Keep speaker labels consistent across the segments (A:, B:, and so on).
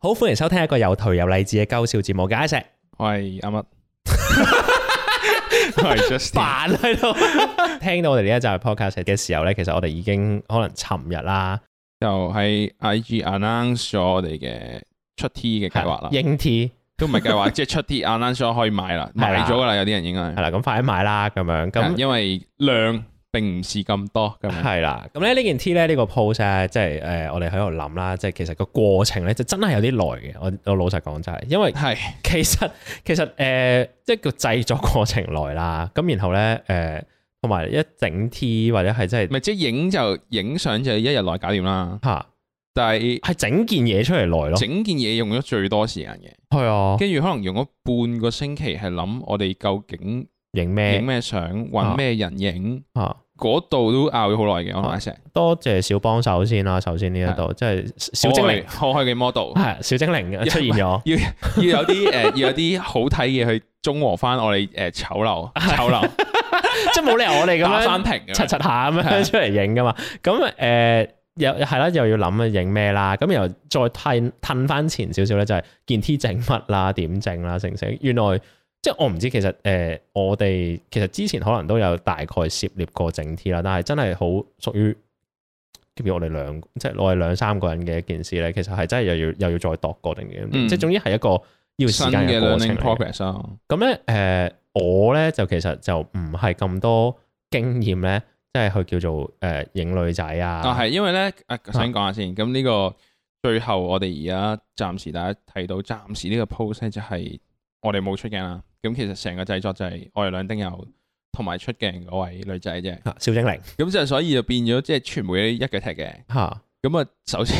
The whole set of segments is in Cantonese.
A: 好歡迎收聽一個有頹有勵志嘅搞笑節目嘅阿石，
B: 我係 阿乜，我係 Justin，
A: 煩喺度。 聽到我哋呢一集嘅 podcast 嘅時候咧，其實我哋已經可能尋日啦，
B: 就喺 IG announce 咗我哋嘅出 T 嘅計劃啦，
A: 英 T
B: 都唔係計劃，即係出 T announce 咗可以買啦，
A: 係啦
B: 買咗噶啦，有啲人應該
A: 係啦，咁快啲買啦，咁樣咁
B: 係，因為量並唔是咁多咁樣，
A: 係啦，咁咧呢件 T 咧呢個 pose 咧，即係誒、呃我哋喺度諗啦，即係其實個過程咧就真係有啲耐嘅。我我老實講真係， 因為
B: 係
A: 其實其實誒、呃即係個製作過程耐啦，咁然後咧誒同埋一整 T 或者係真係
B: 咪即係影就影相就一日內搞掂啦，
A: 嚇
B: 但係
A: 係整件嘢出嚟耐咯，
B: 嗯整件嘢用咗最多時間嘅，
A: 係啊，
B: 跟住可能用咗半個星期係諗我哋究竟
A: 影
B: 影
A: 咩
B: 咩相，揾咩人影，
A: 啊？
B: 嗰度都拗咗好耐嘅，我同阿石。
A: 多謝小幫手先啦，首先呢一度即係小精靈
B: 開 開嘅 model，
A: 係小精靈出現咗。
B: 要要 有啲誒，要有啲好睇嘅去中和翻我哋誒醜 陋醜陋，
A: 即係冇理由我哋咁
B: 打
A: 樣
B: 翻平咁
A: 刷
B: 樣。
A: 刷下咁樣出嚟影噶嘛。咁誒又係啦，又要諗啊影咩啦。咁又再褪褪翻前少少咧，就係件 T 整乜啦，點整啦，成成。原來即係我唔知其實誒、呃我哋其實之前可能都有大概涉獵過整 T 啦，但係真係好屬於。叫我哋兩即係我哋兩三個人嘅一件事咧，其實係真係又要又要再度過定嘅，
B: 嗯
A: 即係總之係一個要時
B: 新
A: 間
B: 嘅
A: 嘅過程嚟
B: learning
A: 嘅。
B: progress 啊，
A: 咁咧，誒、我咧就其實就唔係咁多經驗咧，即係去叫做誒影、女仔啊，
B: 啊係因為咧，啊想講下先，咁呢個最後我哋而家暫時大家睇到，暫時呢個 post 咧就係我哋冇出鏡啦。咁其實成個製作就係我哋兩丁友同埋出鏡嗰位女仔啫。
A: 啊小精靈
B: 咁就所以就變咗即係傳媒一腳踢嘅。
A: 嚇
B: 咁啊，首先。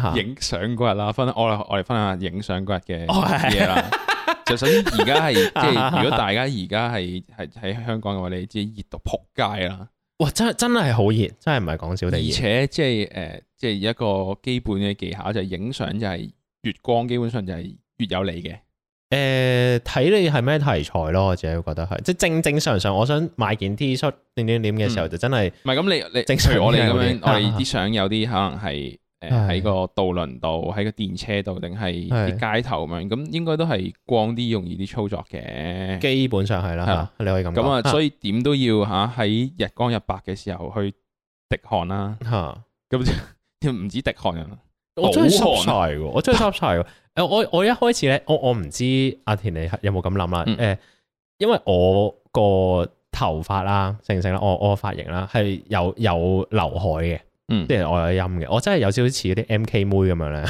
A: 嚇，
B: 影相嗰日啦，分我哋我哋分下影相嗰日嘅
A: 哦係
B: 嘢 啦。就首先而家係即係，如果大家而家係係喺香港嘅話，你知熱到撲街啦，
A: 哇！真係真係好熱，真係唔係講笑
B: 而
A: 地熱，
B: 且即係誒，即係一個基本嘅技巧就係影相就係越光基本上就係越有利嘅，
A: 誒呃睇、你係咩題材咯，我自己覺得係，即係正正常常，我想買件 T 恤點點點嘅
B: 嗯
A: 時候，就真係
B: 唔係咁你你
A: 正常
B: 譬如我哋咁
A: 嘅
B: 樣，我哋
A: 啊
B: 啲相有啲可能係誒
A: 係
B: 喺個渡輪度，喺個電車度，定係啲街頭咁樣，咁應該都係光啲容易啲操作嘅。
A: 基本上係啦，
B: 係啊
A: 嚇你可以咁
B: 咁 啊，所
A: 以
B: 以點都要吓喺日光日白嘅時候去滴汗啦。
A: 嚇。
B: 咁就唔止滴汗啊，
A: 我真係濕
B: 好
A: 晒
B: 寒
A: 喎，我真係濕晒喎。 誒，我我一開始咧，我我唔知阿田你有冇咁諗啦。誒、
B: 嗯
A: 因為我個頭髮啦、成成啦，我我個髮型啦係有有劉海嘅，
B: 嗯
A: 即係我有陰嘅。我真係有少少似嗰啲 M K 妹咁樣咧，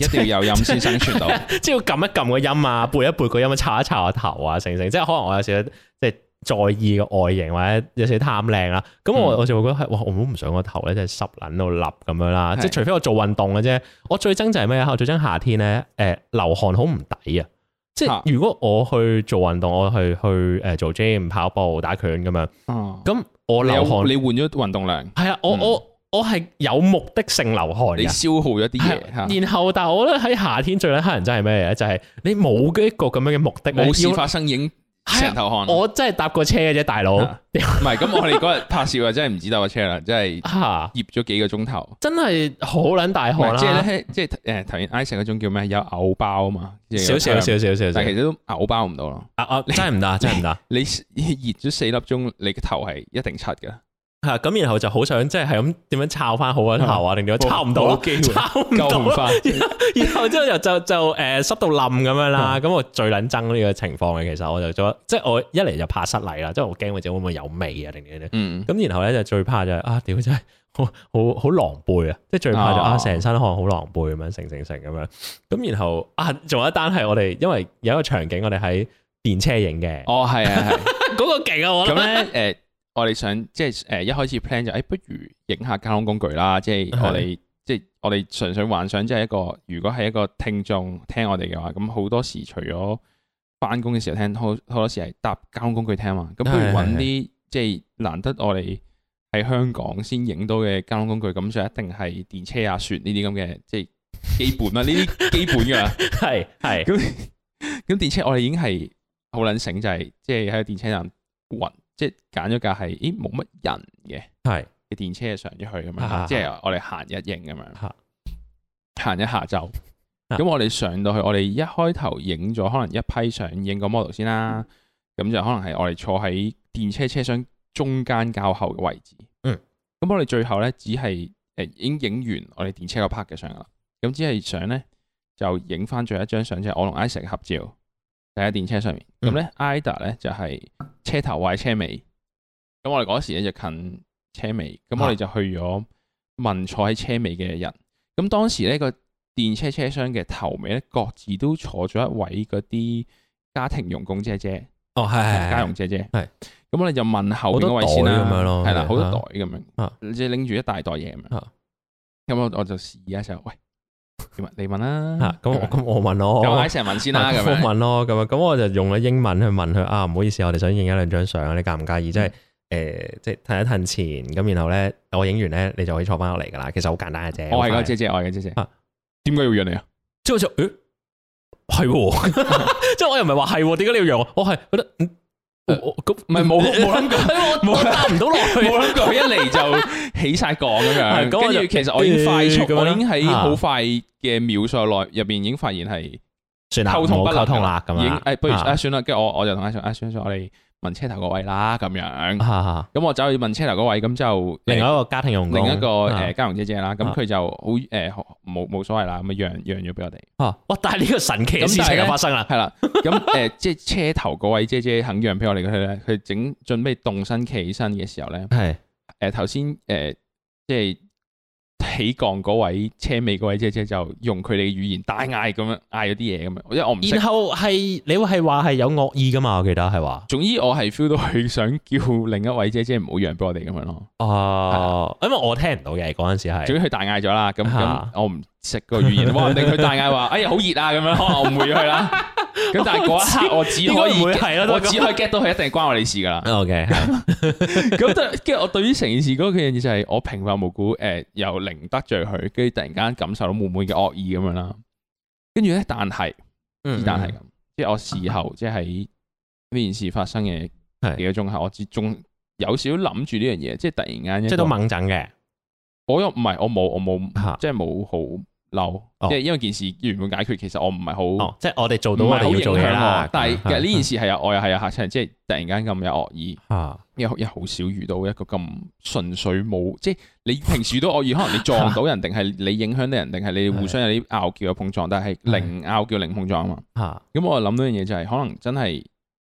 B: 一定要有飲先生 存到。
A: 即係要撳一撳個音啊，背一背個音啊，擦一擦個頭啊，成成。即係可能我有少少即係在意個外形或者有少少貪靚啦。咁我
B: 嗯
A: 我就會覺得係哇，我好唔想個頭咧，真係濕撚到笠咁樣啦。
B: 係
A: 即係除非我做運動嘅啫。我最憎就係咩啊？我最憎夏天咧，誒、流汗好唔抵啊！即
B: 啊
A: 係如果我去做運動，我去去誒、做 gym、跑步、打拳咁樣，
B: 哦
A: 咁我
B: 你
A: 流
B: 有
A: 汗
B: 你換咗運動量，
A: 係啊，我、
B: 嗯
A: 我我係有目的性流汗
B: 你
A: 嘅。
B: 消耗咗啲嘢嚇
A: 係然後，但係我覺得喺夏天最撚乞人憎係咩啊嘢？就係、你冇一個咁樣嘅目的咧，
B: 冇事
A: 要
B: 發生影
A: 係啊
B: 成頭汗。唔
A: 我真係搭過車嘅啫，大佬
B: 啊係咁，我哋嗰日拍攝啊，真係唔止搭個車啦，真係
A: 嚇，
B: 醃咗幾個鐘頭。
A: 啊真係好撚大
B: 唔
A: 汗啊
B: 係即係
A: 啦，
B: 咧，即係誒頭先 Isaac 嗰種叫咩？有嘔包啊嘛，即係
A: 少少
B: 有
A: 少少少少
B: 但係，其實都嘔包唔到咯。
A: 啊啊 真係唔得，真係唔得。
B: 你 熱咗四粒鐘，你個頭係一定七㗎。
A: 係咁，然後就好想即係係咁點樣抄翻好個頭啊，定點樣抄唔到咯
B: 冇 機會
A: 抄唔
B: 救
A: 到
B: 唔
A: 咯，
B: 翻，
A: 然後之後就就就誒濕到冧咁樣啦。咁我最撚憎呢個情況嘅，其實我就做即係我一嚟就怕失禮啦，即係我驚我自己會唔會有味啊定點點。
B: 嗯，
A: 咁然後咧就最怕就係啊屌真係好好好狼狽啊！即係最怕就
B: 啊
A: 啊成身汗好狼狽咁樣成成成咁樣。咁然後啊仲有一單係我哋因為有一個場景我哋喺電車影嘅，
B: 哦，係啊，係。
A: 嗰個勁啊 我覺
B: 咁
A: 得
B: 咧，誒，我哋想即係誒一開始 plan 就，誒，不如影下交通工具啦，即係
A: 係
B: 我哋即係我哋純粹幻想，即係一個如果係一個聽眾聽我哋嘅話，咁好多時除咗翻工嘅時候聽，好好多時係搭交通工具聽嘛，咁不如
A: 係係
B: 揾啲即係難得我哋喺香港先影到嘅交通工具，咁就一定係電車啊、船呢啲咁嘅，即係基本啦，呢啲基本㗎啦。
A: 係係
B: 咁 咁電車我哋已經係好撚醒，就係即係喺電車站暈，即係揀咗架係咦冇乜人嘅
A: 係
B: 嘅電車上咗去咁
A: 啊
B: 樣，即係我哋行一應咁樣
A: 啊，
B: 行一下晝，
A: 啊
B: 咁我哋上到去，我哋一開頭影咗可能一批相，影個 model 先
A: 嗯
B: 啦。咁就可能係我哋坐喺電車車廂中間較後嘅位置。
A: 嗯。
B: 咁我哋最後咧，只係誒已經影完我哋電車個 part 嘅相啦。咁只係想咧就影翻最後一張相，就係我同 Isaac 合照，喺電車上面。
A: 嗯
B: 咁咧 Ida 咧就係、車頭或者車尾。咁我哋嗰時咧就近車尾，咁
A: 啊
B: 我哋就去咗問坐喺車尾嘅人。咁當時咧個電車車廂嘅頭尾咧，各自都坐咗一位嗰啲家庭傭工姐姐、
A: 哦，系
B: 家
A: 系
B: 傭姐姐。
A: 係
B: 咁我哋就問後邊嗰位先啦，
A: 好多袋咁樣咯
B: 係啦，好多
A: 啊
B: 袋咁樣
A: 啊，
B: 即係拎住一大袋嘢咁樣
A: 啊。
B: 咁我我就試一下，喂，你問你問啦
A: 啊。咁我咁我問咯，
B: 咁 I 成問嗯先啦，咁
A: 我
B: 樣
A: 問咯，咁啊，咁我就用咗英文去問佢啊，唔好意思，我哋想影一兩張相啊，你介唔介意？即係
B: 嗯
A: 誒，即係褪一褪前，咁然後咧，我影完咧，你就可以坐翻落嚟噶啦。其實好簡單嘅啫。
B: 哦我係
A: 好
B: 個
A: 快
B: 姐姐，我係個姐姐
A: 啊。
B: 點解要約你啊？
A: 即係我就誒係喎， 即係我又唔係話係喎，點解你要讓我？我係覺得嗯，我我咁
B: 唔係 冇冇諗過
A: 過我答唔到落 去。
B: 冇諗過佢一嚟就起晒槓咁樣，
A: 係咁我
B: 跟
A: 就
B: 住其實我已經快
A: 咦咁
B: 速，
A: 樣
B: 我
A: 啦
B: 已經喺好快嘅秒數內入邊已經發現係
A: 算啦，
B: 溝通
A: 唔
B: 不
A: 好
B: 能
A: 溝通啦，咁
B: 已經
A: 樣。
B: 誒不如
A: 啊
B: 啊算啦，跟住我我就同阿上啊算啦，我哋問車頭個位啦咁樣，
A: 啊啊
B: 咁我走去問車頭個位，咁就
A: 另外
B: 誒
A: 一個家庭用
B: 另一個
A: 啊
B: 誒嘉榮姐姐啦，咁
A: 啊
B: 佢就好誒好冇冇所謂啦，咁啊讓讓咗俾我哋，
A: 啊，哇！但係呢個神奇嘅事
B: 咁但係
A: 情
B: 咧
A: 就發生啦，
B: 係啦，咁 誒即係車頭嗰位姐姐肯讓俾我哋佢咧，佢整準備動身企起身嘅時候咧。
A: 係
B: 誒頭先誒即係起降嗰位車尾嗰位姐姐就用佢哋嘅語言大嗌咁樣嗌咗啲嘢咁樣，因為我唔識
A: 然。後係你係話係有惡意噶嘛？我記得係話
B: 總之我係 feel 到佢想叫另一位姐姐唔好讓俾我哋咁樣咯。
A: 哦，因為我聽唔到嘅嗰陣時
B: 總
A: 係
B: 之佢大嗌咗啦，咁咁
A: 啊
B: 我唔識個語言，話唔定佢大嗌話：哎呀好熱啊咁樣， 可能我誤會佢啦。咁但係嗰一刻我只
A: 應
B: 可
A: 該唔會
B: 以。
A: 係啦，
B: 我
A: 都係
B: 只可以 get 到佢一定係關我哋事㗎啦。
A: 咁 OK 係
B: 咁但係跟住我對於成件事嗰個印象就係我平白無故誒、呃由零得罪佢，跟住突然間感受到滿滿嘅惡意咁樣啦。跟住咧，但係
A: 嗯
B: 但係咁，即係我事後即係喺呢件事發生嘅
A: 係
B: 幾個鐘後，我之中有少少諗住呢樣嘢，即係突然間一
A: 即係
B: 個
A: 都猛整嘅
B: 我又唔係我冇我冇
A: 嚇
B: 即係冇好嬲，
A: 哦
B: 即係因為件事原本解決，其實我唔係好。
A: 哦，即係我哋做
B: 唔
A: 到我
B: 係
A: 哋
B: 好
A: 要
B: 影
A: 做嘢
B: 響
A: 啦嗯
B: 我，。但係其實呢件
A: 事
B: 事係有我又係有嚇親，即係突然間咁有惡意，
A: 啊，
B: 因為因為好少遇到一個咁純粹冇，即係你平時都惡意，可能你撞到人，定係你影響到人，定係你互相有啲拗撬嘅碰撞，但係零拗撬零碰撞啊嘛。
A: 嚇
B: 咁我諗到樣嘢就係、可能真係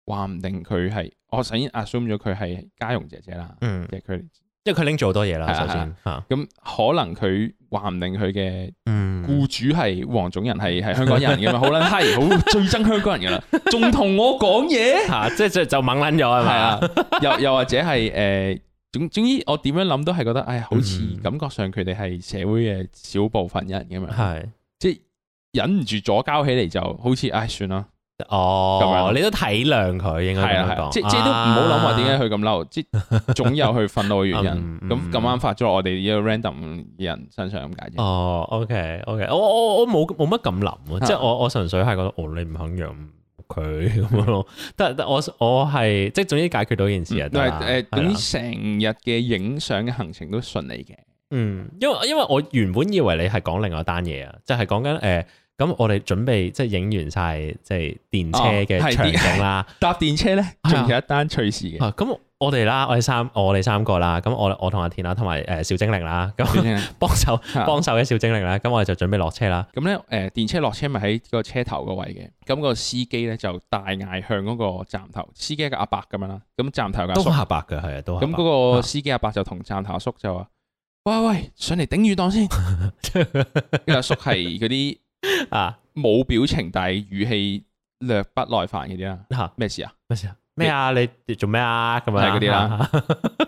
B: 話唔定佢係，我首先 assume 咗佢係家傭姐姐啦，
A: 嗯，
B: 即係佢
A: 因為佢拎咗好多嘢啦，
B: 係啊
A: 首先嚇，
B: 咁可能佢話唔定佢嘅
A: 嗯，
B: 僱主係黃種人，係係香港人嘅嘛，好撚閪，好最憎香港人噶啦，仲同我講嘢，
A: 嚇，啊 即係就就猛撚咗係
B: 係
A: 嘛
B: 啊？， 又又或者係誒。總總之，我點樣諗都係覺得，唉，好似
A: 嗯
B: 感覺上佢哋係社會嘅少部分人咁樣，
A: 係。
B: 即係忍唔住左交起嚟就好似，唉，算啦，咁樣
A: 哦
B: 咯，
A: 你都體諒佢應該咁
B: 係啊
A: 樣
B: 係啊，
A: 講，啊
B: 即即都唔好諗話點解佢咁嬲，即總有佢憤怒嘅原因
A: 嗯。嗯
B: 咁咁啱發咗落我哋呢個 random 人身上咁解啫。
A: 哦，OK OK，我我我冇冇乜咁諗
B: 啊
A: 喎，即係我我純粹係覺得哦，你唔肯讓佢咁樣咯， 但但我我係即係總之解決到件事啊，
B: 但
A: 得啦
B: 嗯係誒，
A: 係
B: 呃
A: 啦
B: 總之成日嘅影相嘅行程都順利嘅。
A: 嗯，因為因為我原本以為你係講另外一單嘢啊，就係講緊誒，咁我哋準備即係影完晒即係電車
B: 哦係
A: 嘅場景啦。
B: 搭電車咧，
A: 係啊
B: 仲有一單趣事嘅。
A: 啊，咁我哋啦，我哋三我哋三個啦，咁我我同阿田啦，同埋誒小精靈啦，
B: 你
A: 咁
B: 聽啊
A: 幫手
B: 啊
A: 幫手嘅小精靈啦，咁我哋就準備落車啦。
B: 咁咧誒，電車落車咪喺個車頭個位嘅。咁個司機咧就大嗌向嗰個站頭，司機係個阿伯咁樣啦。咁站頭有個阿
A: 都
B: 叔，
A: 黑白嘅，係啊，都
B: 咁
A: 個
B: 嗰個司機阿伯就同站頭阿叔就話：喂喂，上嚟頂雨檔先。因為阿叔係嗰啲。
A: 啊
B: 冇表情但係語氣略不耐煩嗰啲啦。
A: 嚇
B: 咩事啊？
A: 咩事啊？咩啊？你你做咩啊？咁
B: 係
A: 樣
B: 嗰啲啦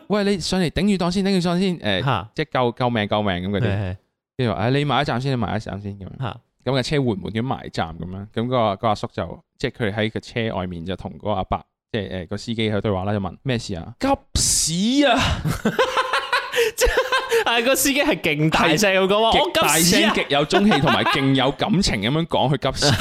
B: 喂，你上嚟頂住檔先，頂住檔先。誒、
A: 嚇
B: 即係救救命救命咁嗰啲。
A: 係
B: 跟住話，誒、哎你埋一站先，你埋一站先咁樣。
A: 嚇
B: 咁架車緩緩咁埋站咁樣。咁、個個阿叔就即係佢哋喺個車外面就同嗰個阿
A: 哦
B: 伯，即係誒個司機喺度對話啦，就問咩事啊？急屎啊！
A: 但 係個司機係勁大聲咁講話，我
B: 極大
A: 急屎
B: 聲、
A: 啊！
B: 極有中氣同埋勁有感情咁樣講佢急 屎，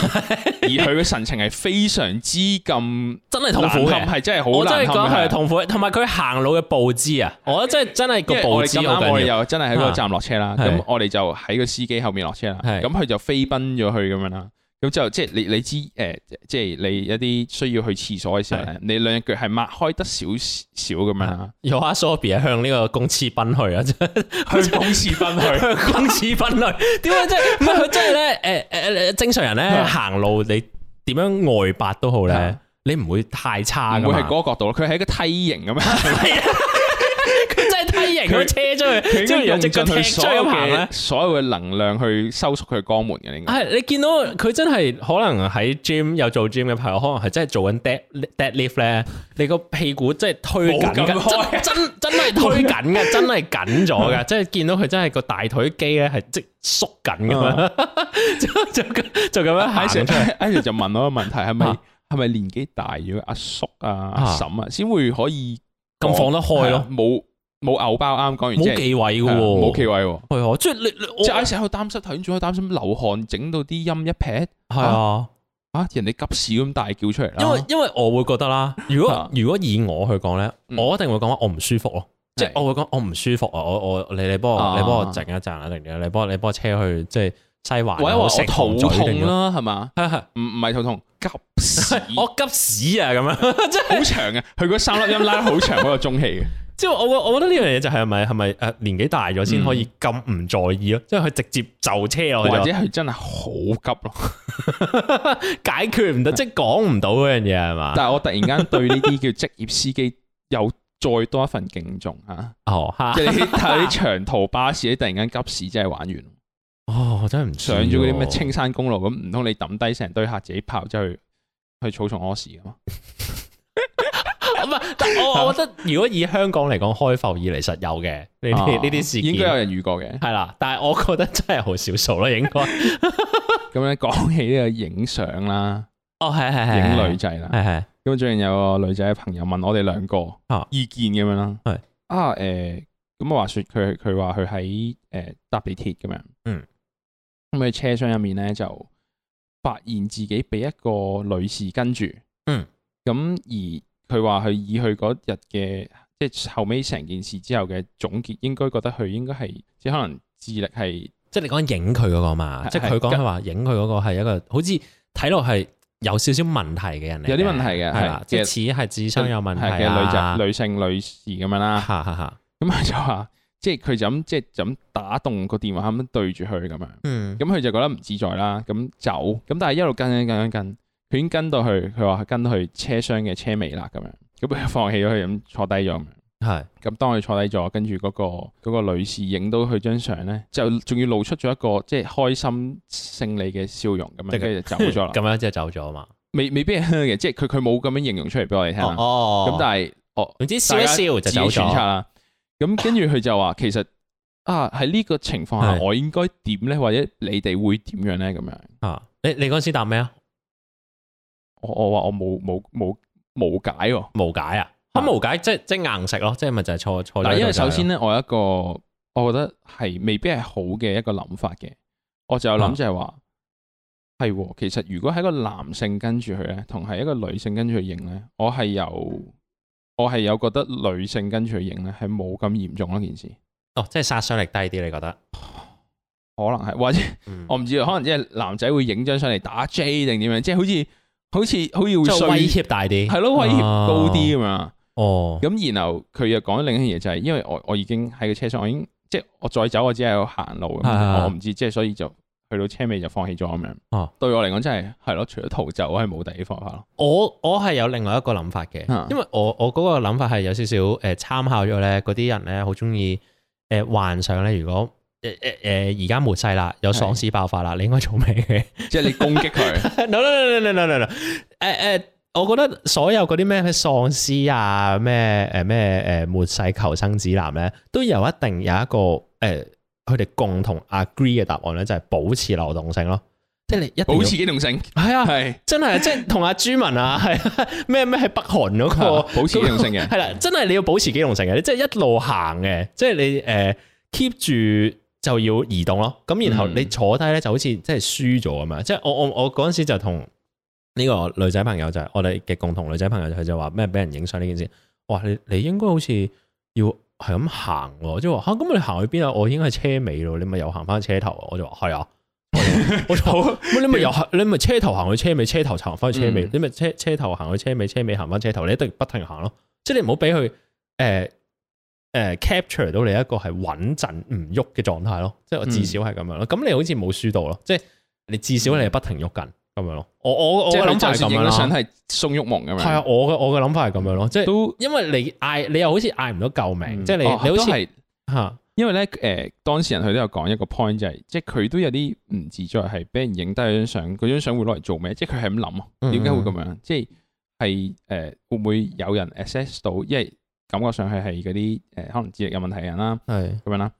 B: 而佢嘅神情係非常之咁
A: 真係痛苦
B: 難
A: 嘅
B: 堪，。係真係啊好
A: 我真係
B: 難
A: 覺得佢
B: 堪
A: 係
B: 嘅。
A: 痛苦嘅，同埋佢行路嘅步姿啊，我覺得真係真係
B: 因
A: 個
B: 為
A: 步
B: 我哋
A: 姿
B: 咁
A: 好
B: 啱，我哋
A: 緊要。
B: 又真係喺個站落車啦，
A: 啊
B: 咁
A: 係
B: 我哋就喺個司機後面落車啦，
A: 係
B: 咁佢就飛奔咗去咁樣啦，咁就即係你你知誒，即係你一啲需要去廁所嘅時候咧，你兩隻腳係擘開得少少咁樣啦，
A: 有阿 Sobi 向呢個公廁奔去啊，真係
B: 去公廁奔去。
A: 向公廁奔去。點啊解真係唔係佢真係咧？誒誒誒，正常人咧
B: 啊
A: 行路你點樣外八都好咧
B: 啊，
A: 你唔會太差噶
B: 唔會係
A: 嘛。
B: 嗰個角度咯，佢係一個梯形咁樣，
A: 佢 真係梯形咁車出去，之後
B: 佢
A: 有
B: 用
A: 隻腳
B: 盡
A: 踢
B: 佢
A: 出
B: 所
A: 去
B: 有
A: 咁行咧
B: 嘅。所有嘅能量去收縮佢嘅肛門嘅，應該
A: 係啊你見到佢真係可能喺 gym 有做 gym 嘅朋友，可能係真係做緊 dead dead lift 咧，你個屁股真係推緊
B: 冇咁
A: 㗎，
B: 開
A: 真真真係推緊 嘅，真係緊咗嘅，即係見到佢真係個大腿肌咧係即縮緊咁樣，
B: 啊
A: 就就咁就咁樣行
B: 成
A: 出嚟。
B: 跟住就問我個問題係咪
A: 啊
B: 係咪年紀大咗阿叔啊
A: 啊
B: 阿嬸啊先會可以
A: 咁放得開
B: 係
A: 咯
B: 啊，冇冇嘔包啱講完
A: 冇
B: 之後
A: 忌諱嘅
B: 係啊
A: 喎，
B: 冇忌諱喎，
A: 係啊，即係你你
B: 即係
A: 我
B: 我成日喺度擔心，頭先仲喺度擔心流汗整到啲陰一撇
A: 係啊。
B: 啊，人哋急屎咁大叫出嚟啦，
A: 因為因為我會覺得 啦，如果
B: 啊
A: 如果以我去講咧，
B: 嗯
A: 我一定會講話我唔舒服咯，即係
B: 係
A: 我會講我唔舒服啊，我我你你幫我
B: 啊
A: 你幫我整一陣啊，定點？你幫你幫我車去即係西環，啊
B: 或者話
A: 好食
B: 我肚
A: 糖嘴定啊
B: 痛
A: 點，
B: 啦，係嘛？
A: 係係
B: 唔唔係肚痛，急 屎
A: 我急屎啊咁樣， 即係
B: 好長嘅，佢嗰三粒音拉得好長嗰個中氣 嘅。
A: 即係我我我覺得呢樣嘢就係咪係咪誒年紀大咗先可以咁唔在意咯，即係佢直接就車落
B: 嗯或
A: 去
B: 者
A: 就
B: 佢真係好急咯。
A: 解決唔到，即係講唔到嗰樣嘢係嘛？
B: 但係我突然間對呢啲叫職業司機有再多一份敬重嚇，
A: 哦哈
B: 即係你睇啲長途巴士，你突然間急屎真係玩完，
A: 哦，我真係唔知
B: 上咗嗰啲咩
A: 喎
B: 青山公路咁，唔通你抌低成堆客自己跑出去去草叢屙屎㗎嘛？
A: 唔係，啊但我我覺得如果以香港嚟講，開埠以嚟實有嘅呢
B: 啊
A: 啲呢啲事
B: 應該有
A: 件。
B: 人遇過嘅。
A: 係啦，但係我覺得真係好少數咯，應該。
B: 咁咧講起呢個影相啦，
A: 哦，係係
B: 影女，仔啦。
A: 係係
B: 咁最近有個女仔嘅朋友問我哋兩個
A: 啊
B: 意見咁樣啦，
A: 係
B: 啊誒，咁我話説佢佢話佢喺誒搭地鐵咁樣，
A: 嗯，
B: 咁喺車廂入面咧就發現自己俾一個女士跟住，
A: 嗯，
B: 咁而佢話佢以佢嗰日嘅即係後尾成件事之後嘅總結，應該覺得佢應該係即係可能智力係
A: 即係你講影佢嗰個嘛，
B: 係
A: 即係佢講佢話影佢嗰個係一個好似睇落係有少少問題嘅人嚟嘅，
B: 有啲問題嘅，
A: 係啦
B: 係，
A: 即係
B: 嘅
A: 似係智商有問題
B: 係嘅女
A: 啊
B: 仔女性女士咁樣啦。
A: 嚇嚇嚇，
B: 咁啊 佢就話，即係佢就咁，即係就咁打動個電話咁樣對住佢咁樣，
A: 嗯，
B: 咁佢就覺得唔自在啦，咁走，咁但係一路跟跟跟跟，佢已經跟到去，佢話跟到去車廂嘅車尾啦咁樣，咁佢放棄咗佢咁坐低咗咁樣，
A: 係
B: 咁當佢坐低咗，跟住嗰個嗰個女士影到佢張相咧，就仲要露出咗一個即係開心勝利嘅笑容咁樣，
A: 即係
B: 跟住就走咗啦
A: 咁，樣即係走咗嘛。
B: 未未必係嘅，即係佢佢冇咁樣形容出嚟俾我哋聽啦，
A: 哦
B: 咁
A: 但係
B: 但係我。
A: 總之笑一笑就
B: 自己
A: 走
B: 揣測
A: 咗，
B: 啦。咁跟住佢就話，其實啊喺呢個情況下，
A: 係
B: 我應該點咧，或者你哋會點樣咧？咁樣，
A: 啊！你你嗰陣時答咩啊？
B: 我我話我冇冇冇冇解喎。
A: 無解啊！
B: 啊
A: 咁無解即係即係硬食咯，即係咪就係錯錯咗喺
B: 嗱，
A: 度
B: 因
A: 就
B: 為
A: 係
B: 首先咧，我有一個我覺得係未必係好嘅一個諗法嘅，我就有
A: 啊
B: 諗就係話係喎。其實如果係一個男性跟住佢咧，同係一個女性跟住佢影咧，我係有我係有覺得女性跟住佢影咧係冇咁嚴重咯件事，
A: 哦，即係殺傷力低啲，你覺得？
B: 可能係或者。
A: 嗯
B: 我唔知啊，可能即係男仔會影張上嚟打 J 定點樣，即係好似好似好似會
A: 即係威脅
B: 衰，
A: 啊大啲，
B: 係咯威脅高啲咁樣。
A: 哦。
B: 咁然後佢又講另一樣嘢就係，因為我我已經喺個車上，我已經即係我再走，我只係有行路咁
A: 係係係
B: 樣，我唔知，即係所以就去到車尾就放棄咗咁樣。
A: 哦，
B: 對我嚟講真係係咯，除咗逃走，我係冇第二方法 咯。
A: 我我係有另外一個諗法嘅
B: 啊，
A: 因為我我嗰個諗法係有少少誒參考咗咧，嗰啲人咧好中意誒幻想咧，如果誒誒誒而家末世啦，有喪屍爆發啦，你應該做咩嘅
B: 即係你攻 擊佢，
A: ？No no no no no no no no，誒誒。我覺得所有嗰啲咩咩喪屍啊，咩誒咩誒末世求生指南咧，都有一定有一個誒，佢、哋共同 agree 嘅答案咧，就係保持流動性咯。即係你一定
B: 保
A: 要
B: 持機 動性，
A: 係啊，
B: 係
A: 真係即係同阿朱文啊，係咩咩喺北韓嗰個
B: 啊保持機動性 嘅
A: 係啦，真係你要保持機動性嘅，你即係一路行嘅，即係你诶 keep 住就要移動咯。咁然後
B: 嗯
A: 你坐低咧就好似即係輸咗咁樣。即係我我我嗰阵时就同呢個女仔朋友就係我哋嘅共同女仔朋友，佢就話咩俾人影相呢件事，哇你你应该好似要係咁行喎，即係話吓咁你行去邊啊？我已經喺車尾咯，你咪又行翻車頭啊？我就話係 啊。我就話
B: 好
A: 喂你咪又 行，你咪車頭行去車尾，車頭行翻去車尾，
B: 嗯
A: 你咪車車頭行去車尾，車尾行翻車頭，你一定不停行咯。即係你唔好俾佢誒誒 capture 到你一個係穩陣唔喐嘅狀態咯。即係我
B: 嗯
A: 至少係咁樣咯。咁、你好似冇輸到咯，即係你至少你係不停喐緊咁樣咯。我我我
B: 即
A: 嘅
B: 係
A: 諗
B: 你
A: 法係
B: 就
A: 咁
B: 算
A: 樣
B: 影咗相
A: 啦。
B: 係鬆郁蒙咁樣，
A: 係啊，我嘅我嘅諗法係咁樣咯，即係
B: 都
A: 因為你嗌你又好似嗌唔到救命，嗯即係你
B: 哦
A: 你好
B: 都
A: 似
B: 係
A: 嚇
B: 因為咧，誒當事人佢都有講一個 point 就係，即係佢都有啲唔自在，係俾人影低張相，嗰張相會攞嚟做咩？即係佢係咁諗啊，
A: 嗯
B: 點解會咁樣？即係係誒會唔會有人 access 到？因為感覺上佢係嗰啲誒可能智力有問題嘅人啦，
A: 係
B: 咁樣啦，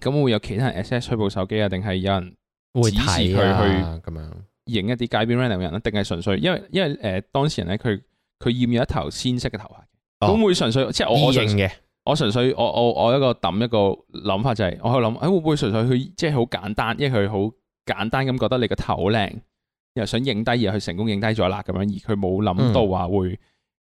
B: 咁會唔會有其他人 access 佢部手機啊？定係有人
A: 會
B: 指示
A: 睇啊咁樣。
B: 影一啲街邊 random 嘅人咧？啊定係純粹因為因為誒、呃當事人咧，佢佢染咗一頭鮮色嘅頭髮，
A: 哦
B: 咁、會純粹即係我我
A: 異
B: 純
A: 形嘅
B: 我純粹我我我一個抌一個諗法就係、我喺度諗，誒、會唔會純粹佢即係好簡單，因為佢好簡單咁覺得你個頭靚，又想影低，而佢成功影低咗啦咁樣，而佢冇諗到話會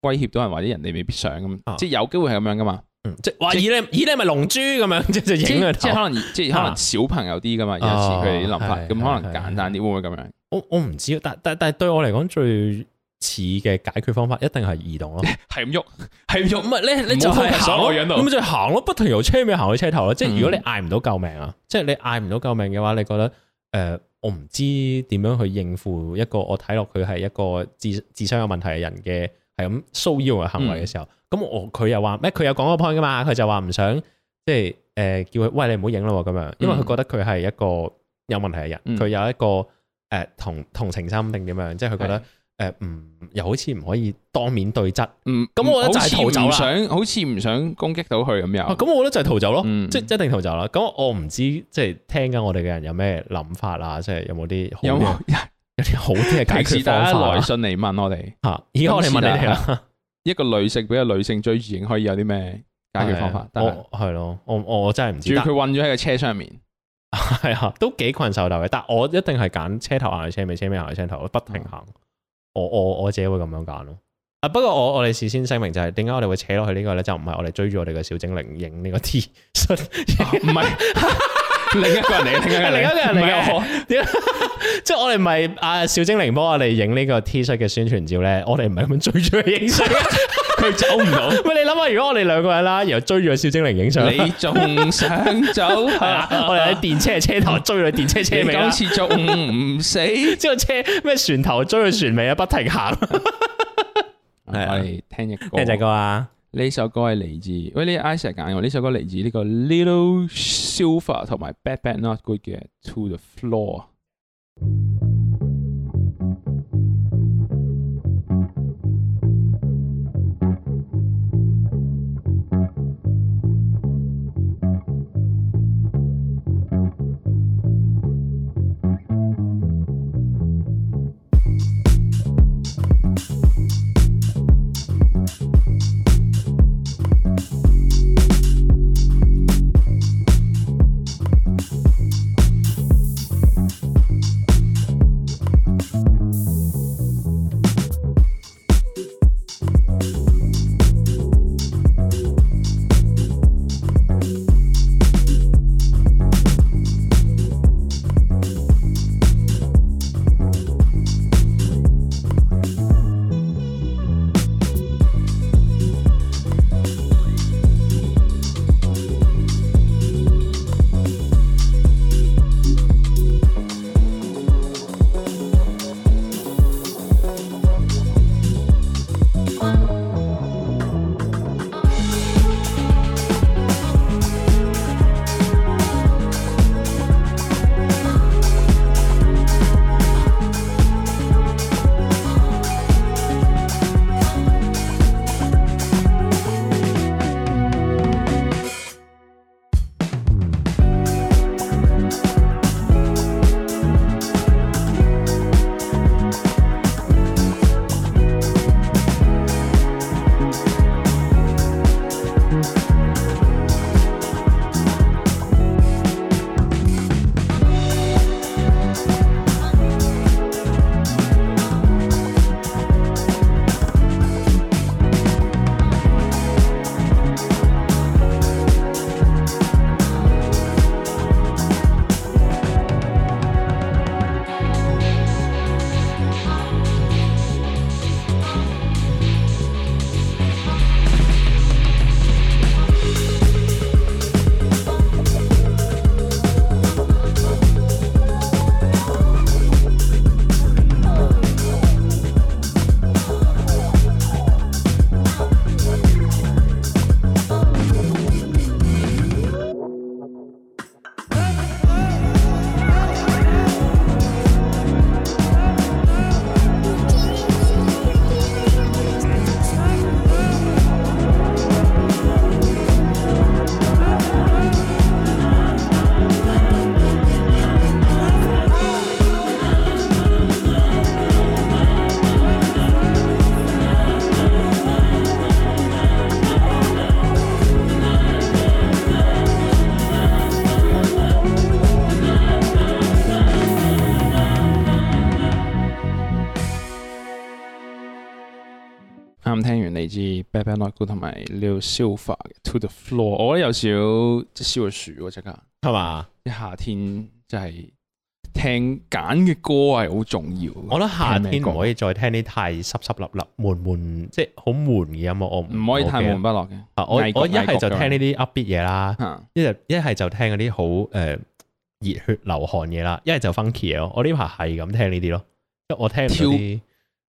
B: 威脅到人或者人哋未必想咁，
A: 嗯啊
B: 即係有機會係咁樣噶嘛？
A: 嗯即係哇！咦
B: 即
A: 你咦你咪龍珠咁樣， 即係就
B: 即
A: 影佢
B: 係即係
A: 頭。啊
B: 可能 即係可能小朋友啲噶嘛，有時佢哋啲諗法，
A: 哦係
B: 咁可
A: 係
B: 能
A: 係
B: 簡單啲，會唔會咁樣？
A: 我我唔知，但但但係對我嚟講最似嘅解決方法一定係移動咯。
B: 係咁喐，係咁
A: 唔
B: 喐，
A: 係 你你就
B: 唔好
A: 係
B: focus
A: 行
B: 喺
A: 咯，嗯
B: 我樣度
A: 咁就行咯，不停由車尾行去車頭咯。即係
B: 嗯
A: 如果你嗌唔到救命啊，即係你嗌唔到救命嘅話，你覺得誒我唔知點樣去應付一個我睇落佢係一個智智商有問題嘅人嘅係咁騷擾嘅行為嘅時候，咁我佢又話咩？佢有講個 point 噶嘛？佢就話唔想即係誒叫佢喂你唔好影啦喎咁樣，因為佢覺得佢係一個有問題嘅人，
B: 嗯
A: 佢有一個誒同同情心定點樣，即係佢覺得。誒唔、又好似唔可以當面對質，
B: 嗯，
A: 咁我覺得就係逃走啦
B: 好似唔想好似唔想攻擊到佢咁
A: 啊，
B: 又，
A: 咁我覺得就係逃走咯，
B: 嗯
A: 即係一定逃走啦。咁我唔知即係聽緊我哋嘅人有咩諗法啊，即係有冇啲好
B: 有
A: 嘅
B: 冇？
A: 有啲好啲嘅解
B: 平時
A: 決
B: 大
A: 方
B: 家
A: 法
B: 來
A: 啊
B: 信嚟問我哋。
A: 嚇？而家我哋問你哋
B: 啊
A: 啦，
B: 一個女性俾個女性追住影可以有啲咩解決方法？但係
A: 我係咯，我我我真係唔
B: 主
A: 知，
B: 要佢
A: 但
B: 韞咗喺個車 上面，
A: 係啊，都幾困獸鬥嘅。但我一定係揀車頭行去車尾，車尾行去車頭，我不停行。
B: 哦
A: 我我我自己會咁樣揀咯。啊，不過我我哋事先聲明就係點解我哋會扯落去呢個咧，就唔係我哋追住我哋嘅小精靈影呢個 T 恤。
B: 唔係 另一個人嚟，另一個
A: 係另一個人嚟
B: 唔係
A: 嘅，我點 即係我哋唔係啊小精靈幫我哋影呢個 T 恤嘅宣傳照咧，我哋唔係咁樣追住佢影相，
B: 啊
A: 佢走唔到。 喂，你諗下，如果我哋兩個人啦，然後追住個小精靈影相，係
B: 你仲想走？啊
A: 啦，我哋喺電車嘅車頭追去電 車車
B: 你
A: 尾啦
B: 今，次仲唔死？係
A: 之後車咩船頭追去船尾啊，不停 行。
B: 我
A: 係啊
B: 哋聽隻歌，
A: 咩隻歌啊？
B: 呢首歌係嚟自，喂呢 I 成日揀喎，呢首歌嚟自呢個 Little Silva 同埋 Bad Bad Not Good 嘅 To the Floor。
C: Thank
B: 啱聽完嚟自 Bad Bad Not Good 同埋 Lil Silva 嘅 To the Floor，我覺得有少即係燒咗樹喎，即刻！
A: 係嘛？
B: 即係夏天即係聽揀嘅歌係好重要。
A: 我覺得夏
B: 聽咩
A: 天
B: 歌
A: 唔可以再聽啲太濕濕立立、悶悶，即係好悶嘅音樂。我
B: 唔可以太悶
A: 悶。
B: 不樂嘅。
A: 啊我我一
B: 藝國藝
A: 係
B: 國
A: 就
B: 㗎
A: 聽呢啲 upbeat 嘢啦，
B: 嚇
A: 一係一係就聽嗰啲好誒熱血流汗嘢啦，一係就 funky 嘢咯。我呢排係咁聽呢啲咯，即係我聽唔到啲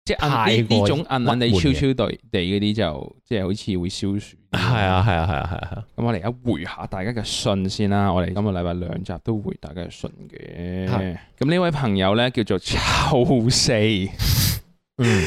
B: 即係
A: 太
B: 呢
A: 過
B: 呢種硬硬地
A: 鬱悶
B: 超
A: 嘅
B: 超地地嗰啲就即係好似會消暑。
A: 係啊係啊係啊係啊係啊。
B: 咁我哋而家回下大家嘅信先啦，我哋今個禮拜兩集都回大家嘅信嘅
A: 係。
B: 咁呢位朋友咧叫做 臭四，咁
A: 嗯。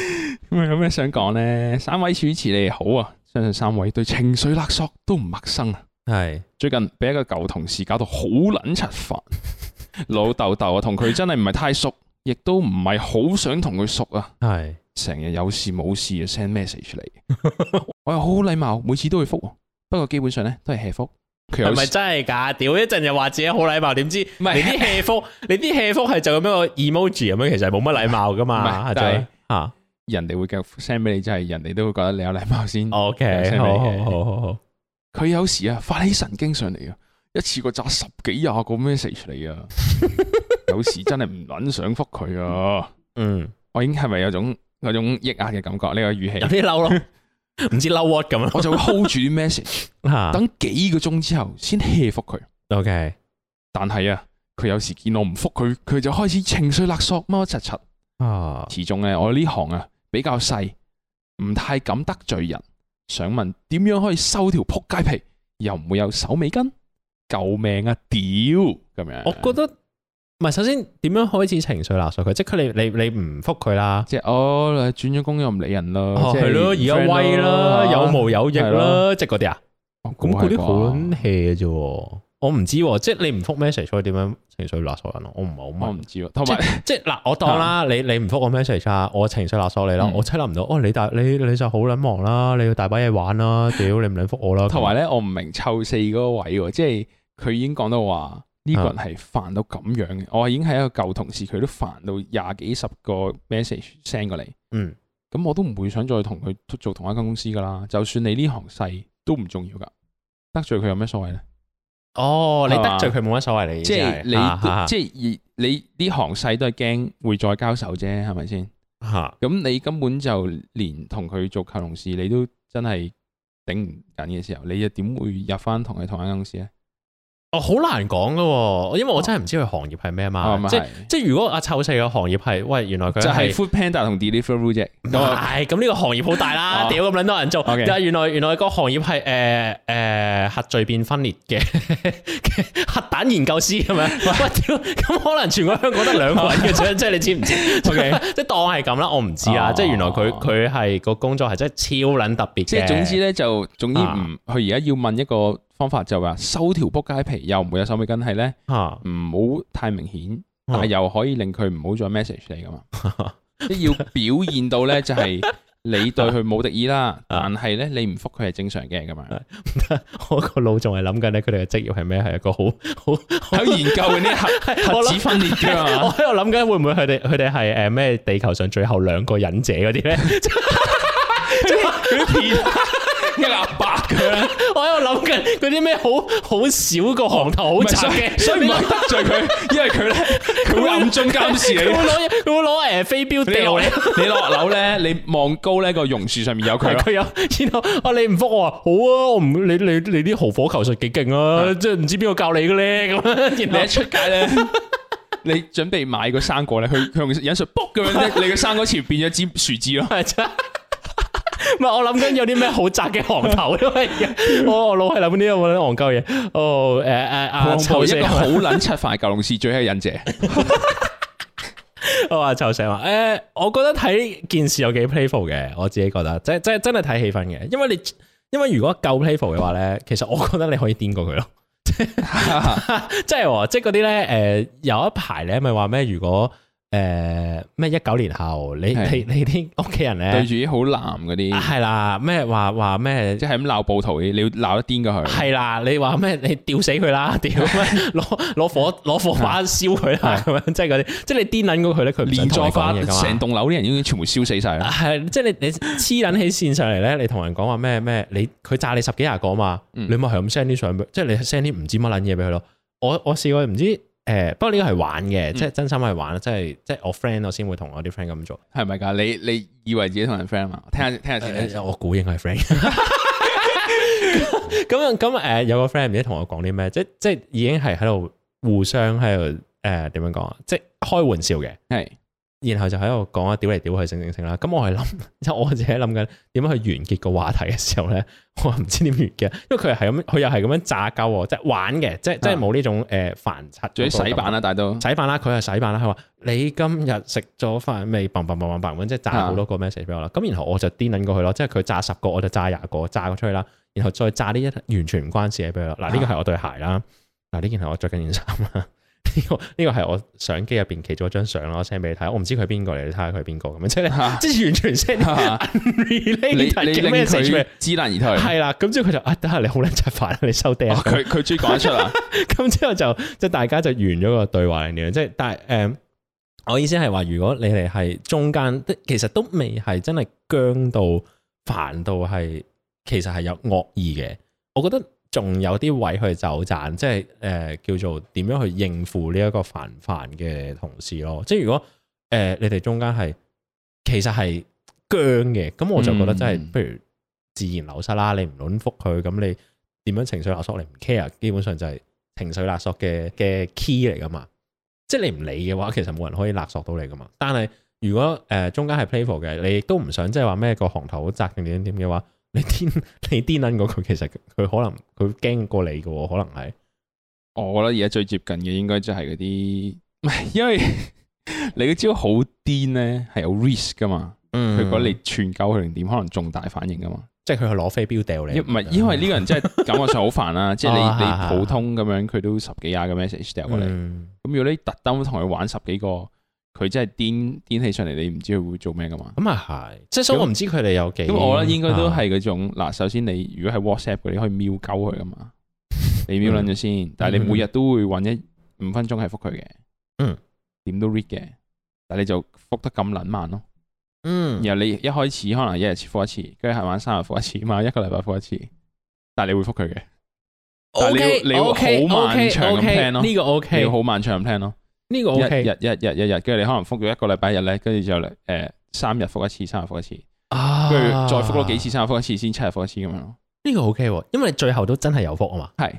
B: 啊有咩想講咧？三位主持你哋好啊，相信三位對情緒勒索都唔陌生啊。
A: 系
B: 最近俾一個舊同事搞到好撚柒煩， 老豆豆啊，同佢真係唔係太熟，亦都唔係好想同佢熟啊。
A: 系
B: 成日有事冇事就啊 send message 嚟， 我又好好禮貌，每次都會覆喎，不過基本上咧都係 hea 覆。佢有
A: 係咪
B: 時
A: 真係㗎？屌一陣又話自己好禮貌，點知你
B: 係
A: 啲 hea 福， 你啲 hea 福係就咁樣個 emoji 咁樣，其實係冇乜禮貌㗎嘛？
B: 唔係但係
A: 吓
B: 人哋會繼續 send 俾你，就係人哋都會覺得你有禮貌
A: 嗯
B: 先。有
A: ，OK，
B: 聲
A: 好
B: 俾
A: 好
B: 你
A: 好好好，
B: 佢有時啊發起神經上嚟啊，一次過炸十幾廿個 message 嚟啊，有時真係唔撚想覆佢啊！
A: 嗯，
B: 我已經係咪有種有種抑壓嘅感覺？呢、個語
A: 有
B: 氣，
A: 啲嬲咯，唔知嬲 what 咁咯
B: 我就會 hold 住啲 message，
A: 吓
B: 等幾個鐘之後先 hea 覆佢。
A: ，OK，
B: 但係啊，佢有時見我唔覆佢，佢就開始情緒勒索，乜乜柒柒。
A: 啊，
B: 始終咧，我呢行啊比較細，唔太敢得罪人。想問點樣可以收條扑街皮，又唔會有手尾根？救命啊！屌咁樣，
A: 我覺得唔係，首先點樣開始情緒勒索佢？即係佢你你你唔復佢啦，
B: 即係哦，轉咗工又唔理人咯，
A: 哦
B: 即係
A: 係咯，而家
B: friend
A: 威
B: 咯
A: 啦，有毛有翼
B: 係
A: 啦，
B: 咯
A: 即係嗰啲啊，
B: 我估
A: 咁嗰
B: 係
A: 啲好撚
B: 啩
A: hea 嘅啫喎。我唔知喎，即係你唔復 message 可以點樣情緒勒索人啊咯？我唔係啊好明
B: 我。唔知喎，同埋
A: 即係嗱，我當啦，你你唔覆我 message 啊，我情緒勒索你啦
B: 嗯，
A: 我猜諗唔到，哦，你大你你就好撚忙啦，你要大把嘢玩啦，屌你唔撚覆我啦，
B: 同埋咧，我唔明臭四嗰個位喎，即係佢已經講到話呢個人係煩到咁樣嘅，我已經係一個舊同事，佢都煩到廿幾十個 message send 過嚟，
A: 嗯，
B: 咁我都唔會想再同佢做同一間公司噶啦，就算你呢行細都唔重要噶，得罪佢有咩所謂咧？
A: 哦，你
B: 係
A: 得
B: 嘛
A: 罪佢冇乜所謂，你意思
B: 即係
A: 係啊
B: 你即係而你呢行細都係驚會再交手啫，係咪先？
A: 嚇嚇
B: 咁你根本就連同佢做舊同事，你都真係頂唔緊嘅時候，你又點會入翻同佢同一間公司咧？
A: 哦，好難講噶喎，因為我真係唔知佢行業係咩嘛
B: 哦啊，咪
A: 即係
B: 係
A: 即係如果阿臭四嘅行業係，喂，原來佢
B: 就係
A: 係。
B: Food Panda 同 Deliveroo 啫。咁啊
A: 係咁呢個行業好大啦，
B: 哦
A: 屌咁撚多人做，但
B: OK
A: 係原來原來個行業係誒誒核聚變分裂嘅 嘅核彈研究師咁樣，喂屌，咁可能全個香港得兩個人嘅 啫，即係你知唔知
B: OK
A: 即係當係咁啦，我唔知啊，
B: 哦
A: 即係原來佢佢係個工作係真係超撚特別嘅，
B: 即係總之咧，就總之唔
A: 啊，
B: 佢而家要問一個方法，就話收條仆街皮，又唔會有手尾跟係咧，
A: 嚇
B: 唔好太明顯，但
A: 啊
B: 係又可以令佢唔好再 message 你噶嘛。即係要表現到咧，就係你對佢冇敵意啦，
A: 啊
B: 但係咧你唔覆佢係正常嘅咁樣。
A: 我個腦仲係諗緊咧，佢哋嘅職業係咩？係一個好好
B: 喺度研究緊啲 核核
A: 我諗
B: 子分裂 㗎
A: 我
B: 嘛，
A: 喺度諗緊會唔會佢哋佢哋係誒咩地球上最後兩個忍者嗰啲咧？
B: 嗰啲片 一個阿伯咁樣，
A: 我喺度諗緊嗰啲咩好好少個行頭好
B: 唔係
A: 窄
B: 所以
A: 嘅，
B: 所以 唔可以得罪佢，因為佢咧 佢會暗中監視
A: 佢
B: 你。啊
A: 會攞佢會攞誒飛鏢
B: 你
A: 掉
B: 落
A: 你。
B: 你落樓咧，你望高咧個榕樹上面有佢
A: 係
B: 咯。
A: 佢有，然後啊你唔復我啊，好啊，我唔你你你啲豪火球術幾勁啊，即係唔知邊個教你嘅咧咁樣，
B: 你
A: 然
B: 一
A: 後
B: 出街咧， 你準備買個生果咧，佢佢用引述卜咁樣 咧，你個生果前變咗支樹枝咯。
A: 係真係。 唔係，我諗緊有啲咩好窄嘅行頭，因為我我腦係諗呢有冇啲戇鳩嘢。哦，誒誒啊，臭死
B: 一個
A: 我！
B: 好撚七塊舊龍士最係忍 者，
A: 我話就哦成話，誒、我覺得睇件事有幾 playful 嘅，我自己覺得，即係即係真係睇氣氛嘅，因為你因為如果夠 playful 嘅話咧，其實我覺得你可以癲過佢咯， 即係喎即係嗰啲咧，誒、有一排咧咪話咩？如果誒咩一九年後，你你
B: 係
A: 你啲屋企人
B: 對
A: 咧
B: 住啲好藍嗰啲，
A: 係啦，咩話話咩
B: 即？係咁鬧暴徒嘅，你要鬧得癲過佢。
A: 係啦，你話咩？你吊死佢啦， 屌攞攞火攞火把燒佢啦，咁樣即係嗰啲，即係你癲撚過佢咧，佢唔想
B: 連
A: 同你
B: 座
A: 講
B: 花
A: 嘢㗎嘛
B: 成棟樓啲人已經全部燒死 晒啦。
A: 系，即係你你黐撚起線上嚟咧，你同人講話咩咩，你佢炸你十幾廿個嘛，
B: 嗯
A: 你咪係咁 send 啲相俾，即係你 send 啲唔知乜撚嘢俾佢咯。我我試過唔知诶、誒不過呢個係玩嘅，即係真心係玩，即係即系我 friend 我先會同我啲 friend 咁做。
B: 係咪㗎？你你以為自己同人 friend 啊嘛？聽下聽下先。
A: 誒我估應該係 friend。咁咁诶，誒有個 friend 唔知同我講啲咩，即即係已經係喺度互相喺度诶點樣講啊，即係開玩笑嘅。
B: 係
A: 然後就喺度講啊，屌嚟屌去，成成成啦。咁我係諗， 即係我自己諗緊點樣去完結個話題嘅時候咧， 我唔知點完結，因為佢係咁，佢又係咁樣炸鳩我，即係玩嘅，即係即係冇呢種誒煩呃柒。
B: 啊仲要洗版啊啦，大都
A: 洗版啦，佢係洗版啦。佢話你今日食咗飯未？砰砰砰砰砰咁，即係炸
B: 啊
A: 好多個 message 俾我啦。咁然後我就癲撚過去咯，即係佢炸十個，我就炸廿個，炸咗出去啦。然後再炸啲一完全唔關事嘅俾佢
B: 啊
A: 啦。嗱，呢個係我對鞋啦，嗱呢件係我着緊件衫啦。 呢個呢個係我相機入邊其中一張相啦，我 send 俾你睇。我唔知佢邊個嚟，你睇下佢係邊個咁樣，即係
B: 嚇
A: 即係完全 send 啲
B: 啊 你
A: unrelated
B: 你
A: 嘅
B: 令
A: message 俾
B: 佢
A: 你。
B: 知難而退。
A: 係啦，咁之後佢就啊，得下你好撚柒煩啊，你收嗲
B: 哦
A: 啊。
B: 佢佢終於講得出啦。
A: 咁之後就即係大家就完咗個對話嚟嘅，即係但係誒、我意思係話，如果你哋係中間，其實都未係真係僵到煩到係，其實係有惡意嘅。我覺得仲有啲位去走盞，即係誒、呃叫做點樣去應付呢一個煩煩嘅同事咯。即係如果誒、呃你哋中間係其實係僵嘅，咁我就覺得真係
B: 嗯
A: 不如自然流失啦。你唔撚覆佢，咁你點樣情緒勒索你唔 care，基本上就係情緒勒索嘅嘅 key 嚟噶嘛。即係你唔理嘅話，其實冇人可以勒索到你噶嘛。但係如果誒、呃中間係 playful 嘅，你亦都唔想即係話咩個行頭好窄定點點嘅話，你癲 你癲撚過佢，其實佢可能佢驚過你嘅喎，可能係
B: 我覺得而家最接近嘅應該就係嗰啲，唔係因為 你嗰招好癲咧，係有 risk 噶嘛。佢
A: 嗯
B: 覺得你串鳩佢定點，可能重大反應噶嘛。
A: 即係佢去攞飛鏢掉你，
B: 因唔係因為呢個人真係感覺上好 煩啦，即係
A: 哦係係
B: 你你普通咁樣佢都十幾廿個 message 掉過嚟，
A: 嗯
B: 咁如果你特登同佢玩十幾個，佢真係癲癲起上嚟，你唔知佢會做咩噶嘛。
A: 咁啊係，即係所以我唔知佢哋有幾
B: 咁我覺得應該都係嗰種嗱，首先你如果係 WhatsApp 嗰啲，你可以瞄鳩佢 噶嘛，你瞄撚咗先，但係你每日都會揾一五分鐘係覆佢嘅，
A: 嗯，
B: 點都 read 嘅，但係你就覆得咁撚慢咯。
A: 嗯
B: 然後你一開始可能一日先覆一次，跟住係玩三日覆一次嘛，一個禮拜覆一次，但係你會覆佢嘅，但係你要
A: OK，
B: 你要
A: OK，
B: 好漫長咁
A: OK，
B: plan 咯
A: 呢個
B: 你
A: OK，
B: 要好漫長咁 plan 咯，
A: 呢個
B: 一
A: OK
B: 日一日一日，跟住你可能覆咗一個禮拜一日咧，跟住就嚟誒三日覆一次，三日覆一次，
A: 啊
B: 跟住再覆多幾次，三日覆一次，先七日覆一次咁樣咯，
A: 呢個 OK 喎，因為最後都真係有福啊嘛。
B: 係。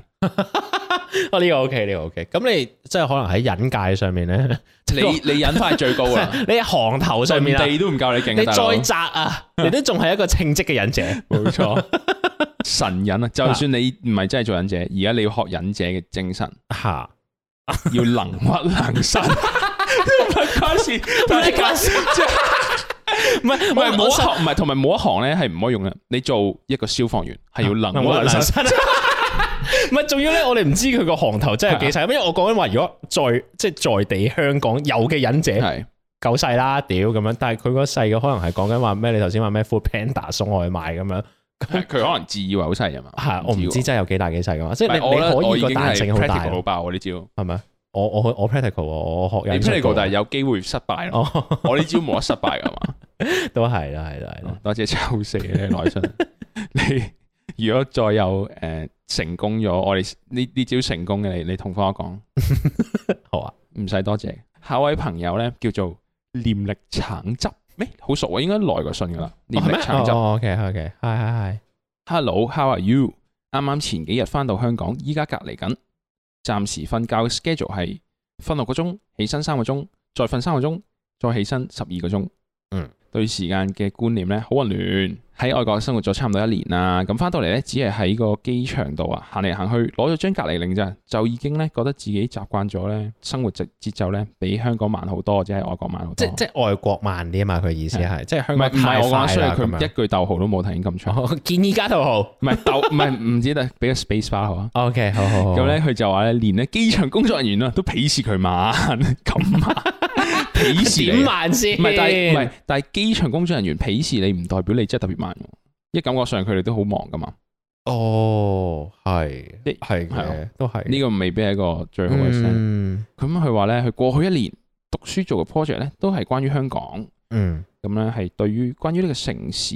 A: 哦，呢個 OK，呢個 OK。咁你即係可能喺引界上面咧，
B: 你你引翻係最高啦，
A: 你喺行頭上面啊，
B: 地都唔夠你勁
A: 你
B: 啊，大佬
A: 再窄啊，你都仲係一個稱職嘅忍者。
B: 冇錯， 神忍啊！就算你唔係真係做忍者，而家你要學忍者嘅 精神，
A: 吓，
B: 要能屈 能伸。唔係關事，
A: 但係關事
B: 即係
A: 唔係
B: 唔係冇一行，唔係同埋冇一行咧係唔可以用嘅。你做一個消防員係要 能屈能伸，
A: 唔係，仲要咧，我哋唔知佢個行頭真係幾細，因為我講緊話，如果在即係在地香港有嘅忍者，
B: 係
A: 夠細啦，屌咁樣。但係佢嗰細嘅可能係講緊話咩？你頭先話咩 Food Panda 送外賣咁樣，
B: 佢可能自以為好 細啊嘛。
A: 係我唔知真係有幾大幾細噶嘛。即
B: 唔
A: 係
B: 係我覺得
A: 你
B: 我
A: 你
B: 已
A: 可以
B: 經
A: 個彈性
B: 係
A: 好
B: practical
A: 大啊
B: 好
A: 咯，
B: 爆啊喎呢招。
A: 係咪？我我我 practical 喎我學
B: 你
A: 忍術
B: practical
A: 喎
B: 但係有機會失 敗咯。
A: 哦，
B: 我呢招冇得失敗噶嘛。
A: 都係啦，係啦，係啦。
B: 多謝抽死你 內信。你如果再有誒、呃成功咗，我哋呢呢招成功嘅，你你同翻我講，
A: 好啊，
B: 唔使多謝。下一位朋友咧叫做念力橙汁，咩好熟啊？應該來過信噶啦。念力橙汁
A: 哦，OK OK，係係係，
B: ，Hello，how are you？啱啱前幾日翻到香港，依家隔離緊，暫時瞓覺 schedule 係瞓六個鐘，起身三個鐘，再瞓三個鐘，再起身十二個鐘。
A: 嗯，
B: 對時間嘅觀念咧好混亂。喺外國生活咗差唔多一年啦，咁翻到嚟咧，只係喺個機場度啊行嚟行去，攞咗張隔離令咋，就已經咧覺得自己習慣咗咧生活節節奏咧比香港慢好多，或者喺外國慢好
A: 即
B: 多。
A: 即外國慢啲啊嘛，佢意思係，即係
B: 唔
A: 香
B: 係
A: 港
B: 唔係我
A: 太
B: 講，
A: 快
B: 雖然
A: 啦咁
B: 佢一
A: 樣。
B: 句逗號都冇睇咁 長。
A: 我建議加套號。
B: 唔係鬥，唔係唔知得俾個 space bar 好啊。
A: OK，好好好。
B: 咁咧，佢就話咧，連咧機場工作人員啊，都鄙視佢慢 咁 慢，鄙視你
A: 點。啊慢先？
B: 唔係，但係唔係，但係機場工作人員鄙視你，唔代表你真係特別慢喎。因為感覺上佢哋都好忙噶嘛，
A: 哦，係
B: 即
A: 係
B: 係啊
A: 嘅，都係
B: 呢個未必係一個最好嘅 sense。
A: 嗯
B: 咁佢話咧，佢過去一年讀書做嘅 project 咧，都係關於香港，
A: 嗯
B: 咁咧係對於關於呢個城市，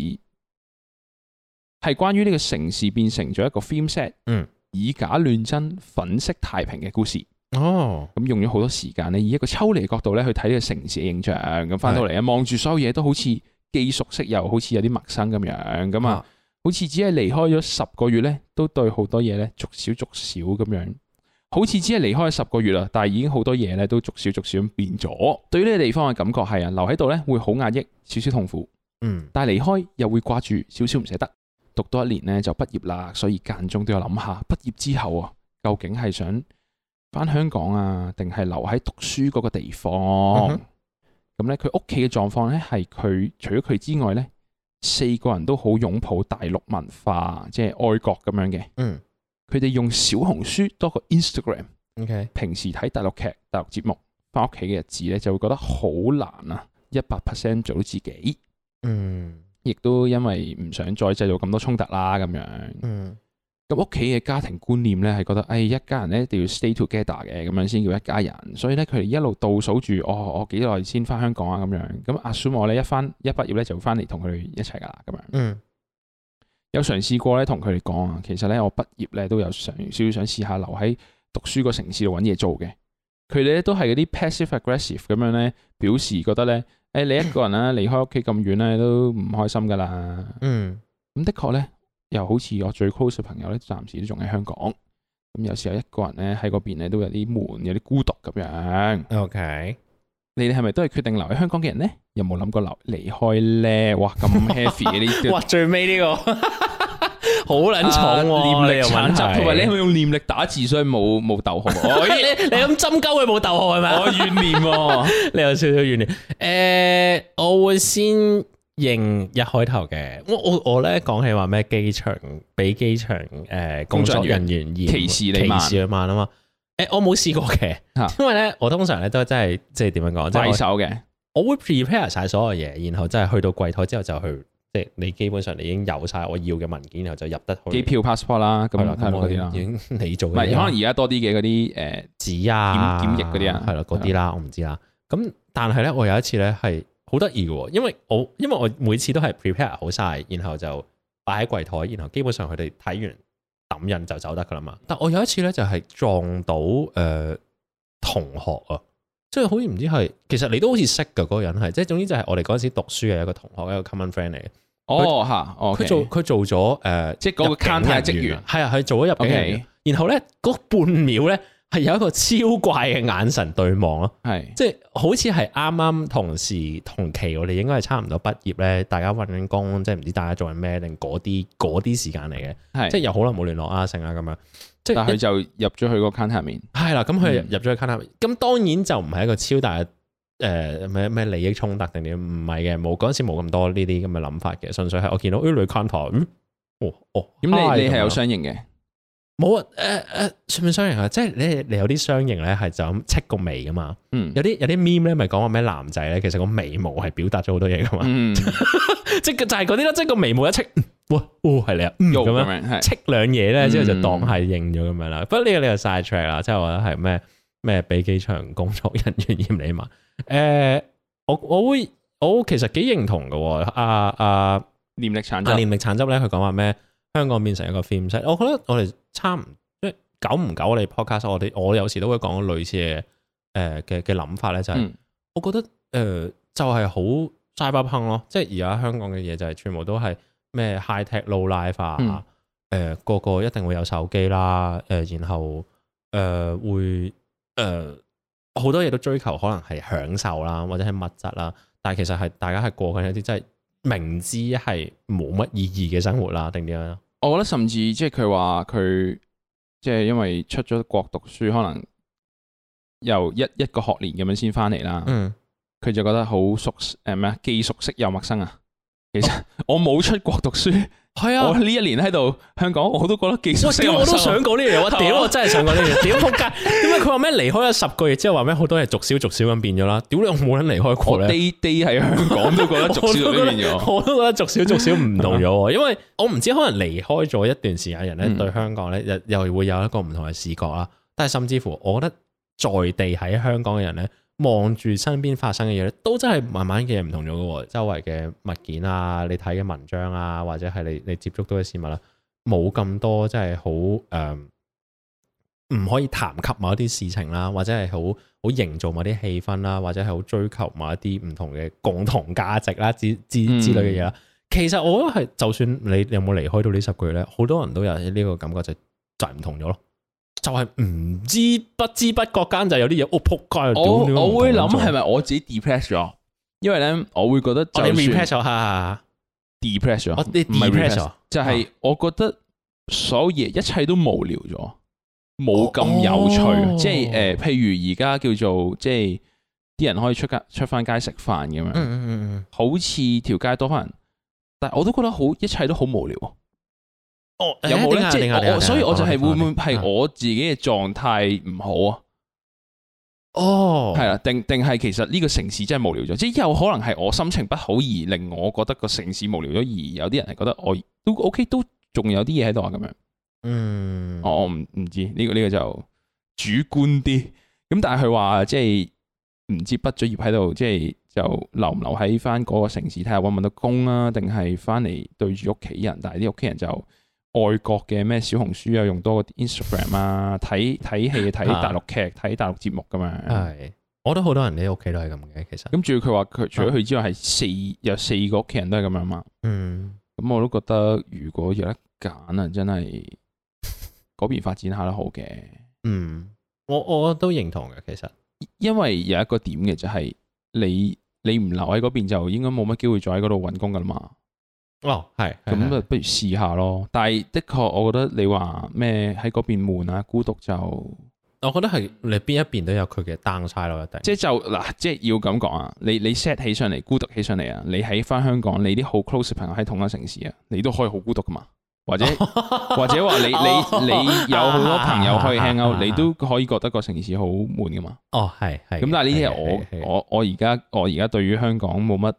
B: 係關於呢個城市變成咗一個 film set，
A: 嗯，
B: 以假亂真、粉飾太平嘅故事。
A: 哦，
B: 咁用咗好多時間咧，以一個抽離嘅角度咧去睇呢個城市嘅形象，咁翻到嚟咧望住所有嘢都好似既熟悉又好似有啲陌生咁樣，咁啊，好似只係離開咗十個月咧，都對好多嘢咧逐少逐少咁樣，好似只係離開咗十個月啦，但係已經好多嘢咧都逐少逐少咁變咗。對於呢個地方嘅感覺係啊，留喺度咧會好壓抑，少少痛苦，
A: 嗯
B: 但係離開又會掛住，少少唔捨得。讀多一年咧就畢業啦，所以間中都有諗下，畢業之後啊，究竟係想翻香港啊，定係留喺讀書嗰個地方？
A: 哼
B: 咁咧、佢屋企嘅狀況咧係佢除咗佢之外咧，四個人都好擁抱大陸文化，即係愛國咁樣嘅。
A: 嗯
B: 佢哋用小紅書多過 Instagram，
A: ，OK，
B: 平時睇大陸劇、大陸節目，翻屋企嘅日子咧就會覺得好難啊，一百 percent 做到自己。
A: 嗯
B: 亦都因為唔想再製造咁多衝突啦，咁樣
A: 嗯
B: 咁屋企嘅家庭觀念咧係覺得，誒、一家人咧一定要 stay together 嘅，咁樣先叫一家人。所以咧，佢哋一路倒數住，哦，我幾耐先翻香港啊，咁樣咁 assume 我咧一翻一畢業咧就翻嚟同佢哋一齊噶啦，咁樣
A: 嗯
B: 有嘗試過咧同佢哋講啊，其實咧我畢業咧都有嘗少少想試下留喺讀書個城市度揾嘢做嘅。佢哋咧都係嗰啲 passive aggressive 咁樣咧，表示覺得咧，誒、你一個人啦、離開屋企咁遠咧都唔開心噶啦。
A: 嗯
B: 咁的確咧，又好似我最 close 嘅朋友咧，暫時都仲喺香港。咁有時候一個人咧喺嗰邊咧都有啲悶，有啲孤獨咁樣。
A: ，OK，
B: 你哋係咪都係決定留喺香港嘅人咧？有冇諗過留離開咧？哇，咁 heavy 嘅呢
A: 哇，
B: 啲
A: 最尾呢個好撚重
B: 啊
A: 喎，
B: 念力產
A: 產
B: 集，同埋你係咪用念力打字，所以冇冇 逗號？我
A: 你你咁針鳩佢冇逗號係咪啊
B: 我怨 念喎，
A: 你有少少怨念。誒、我會先認一開頭嘅。我我我咧講起話咩機場俾機場誒、工作人員嫌
B: 歧視你慢
A: 歧視佢慢啊嘛。誒、我冇試過嘅
B: 嚇，
A: 因為咧我通常咧都真係即係點樣講，即係
B: 揮
A: 我
B: 手嘅，
A: 我會 prepare 晒所有嘢，然後真係去到櫃台之後就去，即係你基本上你已經有晒我要嘅文件，然後就入得去
B: 機票 passport 啦，咁
A: 係
B: 樣
A: 啦，
B: 睇
A: 咁
B: 落
A: 我
B: 嗰
A: 已
B: 啲啦。
A: 經你做
B: 唔
A: 嘅
B: 係，
A: 嘢啦
B: 可能而家多啲嘅嗰啲誒，
A: 紙啊、
B: 檢檢疫嗰啲啊
A: 係啦，嗰啲啦，我唔知啦。咁但係咧，我有一次咧係好得意嘅喎，因為我因為我每次都係 prepare 好晒，然後就擺喺櫃台，然後基本上佢哋睇完抌印就走得噶啦嘛。但我有一次咧就係、撞到誒、呃同學啊，即係好似唔知係其實你都好似識㗎嗰個人係，即係總之就係我哋嗰陣時讀書嘅一個同學，一個 common friend 嚟嘅。
B: 哦嚇，哦
A: 佢
B: OK，
A: 做佢做咗誒，呃
B: 即係嗰個
A: 入境
B: counter
A: 人
B: 職員
A: 啊係啊，佢做咗入境人員
B: OK
A: 然後咧嗰半秒咧係有一個超怪嘅眼神對望咯，
B: 係
A: 即係好似係啱啱同時同期，我哋應該係差唔多畢業咧，大家揾緊工，即係唔知大家做緊咩，定嗰啲嗰啲時間嚟嘅，
B: 係
A: 即係，又好耐冇聯絡啊，成啊咁樣，即
B: 但係佢
A: 係
B: 就入咗去個 counter 入面。
A: 係啦，咁佢
B: 嗯
A: 入咗去 c o 咁當然就唔係一個超大嘅。誒咩咩利益衝突定點？唔係嘅，冇嗰陣時冇咁多呢啲咁嘅哎諗法嘅，純粹係我見到誒女 counter，嗯，哦哦，
B: 咁
A: hi
B: 你你
A: 咁
B: 係有
A: 樣
B: 相應嘅，
A: 冇啊，誒誒，算唔算雙型啊？即係你你有啲雙型咧，係就咁戚個眉噶嘛。
B: 嗯
A: 有啲有啲 meme 咧，咪講話咩男仔咧，其實個眉毛係表達咗好多嘢噶嘛。
B: 嗯，
A: 即係就係嗰啲啦，即係個眉毛一戚，嗯哇，哦係你啊，嗯
B: 肉
A: 咁
B: 咁
A: 樣。
B: 樣嗯係
A: 戚兩嘢咧，之後就
B: 嗯
A: 當係認咗咁樣啦。不過呢個你又晒 track 啦，即係我覺得係咩咩俾機場工作人員驗你嘛？誒、我我會我其實幾認同嘅喎。啊阿阿
B: 念力產
A: 阿
B: 生，
A: 連力橙汁咧，佢講話咩香港變成一個 film set，我覺得我哋差唔即係久唔久我哋 podcast，我哋我有時都會講類似嘅誒嘅嘅諗法咧，就係、
B: 嗯
A: 我覺得誒、呃就係好齋巴烹咯，即係而家香港嘅嘢就係全部都係咩 high tech low life 啊，誒、
B: 嗯
A: 個個一定會有手機啦，誒、然後誒、呃、會誒好、多嘢都追求可能係享受啦，或者係物質啦，但係其實係大家係過緊一啲真係明知係冇乜意義嘅生活啦，定點樣啊？
B: 我覺得甚至即係佢話佢即係因為出咗國讀書，可能由一一個學年咁樣先翻嚟啦。
A: 嗯，
B: 佢就覺得好熟誒咩啊，既熟悉又陌生啊。其
A: 哦
B: 實我冇出國讀書，
A: 係啊
B: 我呢一年喺度香港，我都覺得既熟
A: 喂，
B: 悉又
A: 屌
B: 陌
A: 我都
B: 生
A: 想
B: 啊。
A: 講呢樣嘢，我屌我真係想講呢樣嘢，屌仆街！點解佢話咩離開咗十個月之後話咩好多嘢逐少逐少咁變咗啦？屌你，我冇人離開過咧。
B: 我 day day 喺香港都覺得逐少都變 咗。
A: 我都覺得逐少逐少唔同咗喎，因為我唔知可能離開咗一段時間，人咧
B: 嗯
A: 對香港咧又又會有一個唔同嘅視覺啦。但係甚至乎，我覺得在地喺香港嘅人咧，望住身邊發生嘅嘢咧，都真係慢慢嘅嘢唔同咗嘅喎。周圍嘅物件啊，你睇嘅文章啊，或者係你你接觸到嘅事物啦，冇咁多真係好誒，呃唔、可以談及某一啲事情啦，或者係好好營造某啲氣氛啦，或者係好追求某一啲唔同嘅共同價值啦之之
B: 嗯
A: 之類嘅嘢啦。其實我覺得係，就算你有冇離開到呢十個月咧，好多人都有呢個感覺就就係唔同咗咯，就係唔知不知不覺間就有啲嘢，哦仆街！
B: 我
A: 屌
B: 我會
A: 點解唔
B: 諗係，
A: 同咗
B: 咪我自己 depress 咗？因為咧，我會覺得就
A: 哦你 repress
B: 算
A: 咗下，
B: depress 咗，
A: 我你
B: 唔係
A: depress 啊咗，
B: 就係我覺得所有嘢一切都無聊咗，冇咁有趣。
A: 哦
B: 即係誒、呃譬如而家叫做即係啲人可以出街出翻街食飯咁樣，
A: 嗯嗯嗯嗯，
B: 好似條街多翻人，但我都覺得好一切都好無聊。
A: 哦
B: 有冇咧？
A: 誒
B: 即
A: 點解點解
B: 係我，所以我就係
A: 點解
B: 會唔會係
A: 啊
B: 我自己嘅狀態唔好啊？
A: 哦，
B: 係啦，定定係其實呢個城市真係無聊咗，即係有可能係我心情不好而令我覺得個城市無聊咗，而有啲人係覺得我都 OK，都仲有啲嘢喺度啊咁樣。哦
A: 嗯，
B: 我我唔唔知呢、個呢、個就主觀啲。咁但係佢話即係唔知畢咗業喺度，即係就留唔留喺翻嗰個城市睇下揾唔揾到工啊，定係翻嚟對住屋企人？但係啲屋企人就外國嘅咩小紅書啊，用多啲 Instagram 啊，睇睇戲、睇大陸劇、睇大陸節目咁樣。
A: 啊係，我覺得好多人喺屋企都係咁嘅，其實，
B: 咁仲要佢話佢除咗佢之外係四有四個屋企人都係咁樣嘛。
A: 嗯，
B: 咁我都覺得如果有得揀啊，真係嗰邊發展下都好嘅。
A: 嗯，我我都認同嘅，其實，
B: 因為有一個點嘅就係你你唔留喺嗰邊就應該冇乜機會再喺嗰度揾工噶啦嘛，
A: 哦，係，係
B: 咁
A: 係
B: 啊不如試下咯。但係的確我覺得你話咩喺嗰邊悶啊孤獨就
A: 我覺得係你邊一邊都有佢嘅 downside 咯，一定。
B: 即係就嗱，即係要咁講啊，你你 set 起上嚟孤獨起上嚟啊，你喺翻香港你啲好 close 嘅朋友喺同一個城市啊，你都可以好孤獨噶嘛，或者或者話你你你有好多朋友可以 hang out，你都可以覺得個城市好悶噶嘛。
A: 哦，係係。
B: 咁但係呢啲
A: 係
B: 係
A: 係係啊
B: 我我我而家我而家對於香港冇乜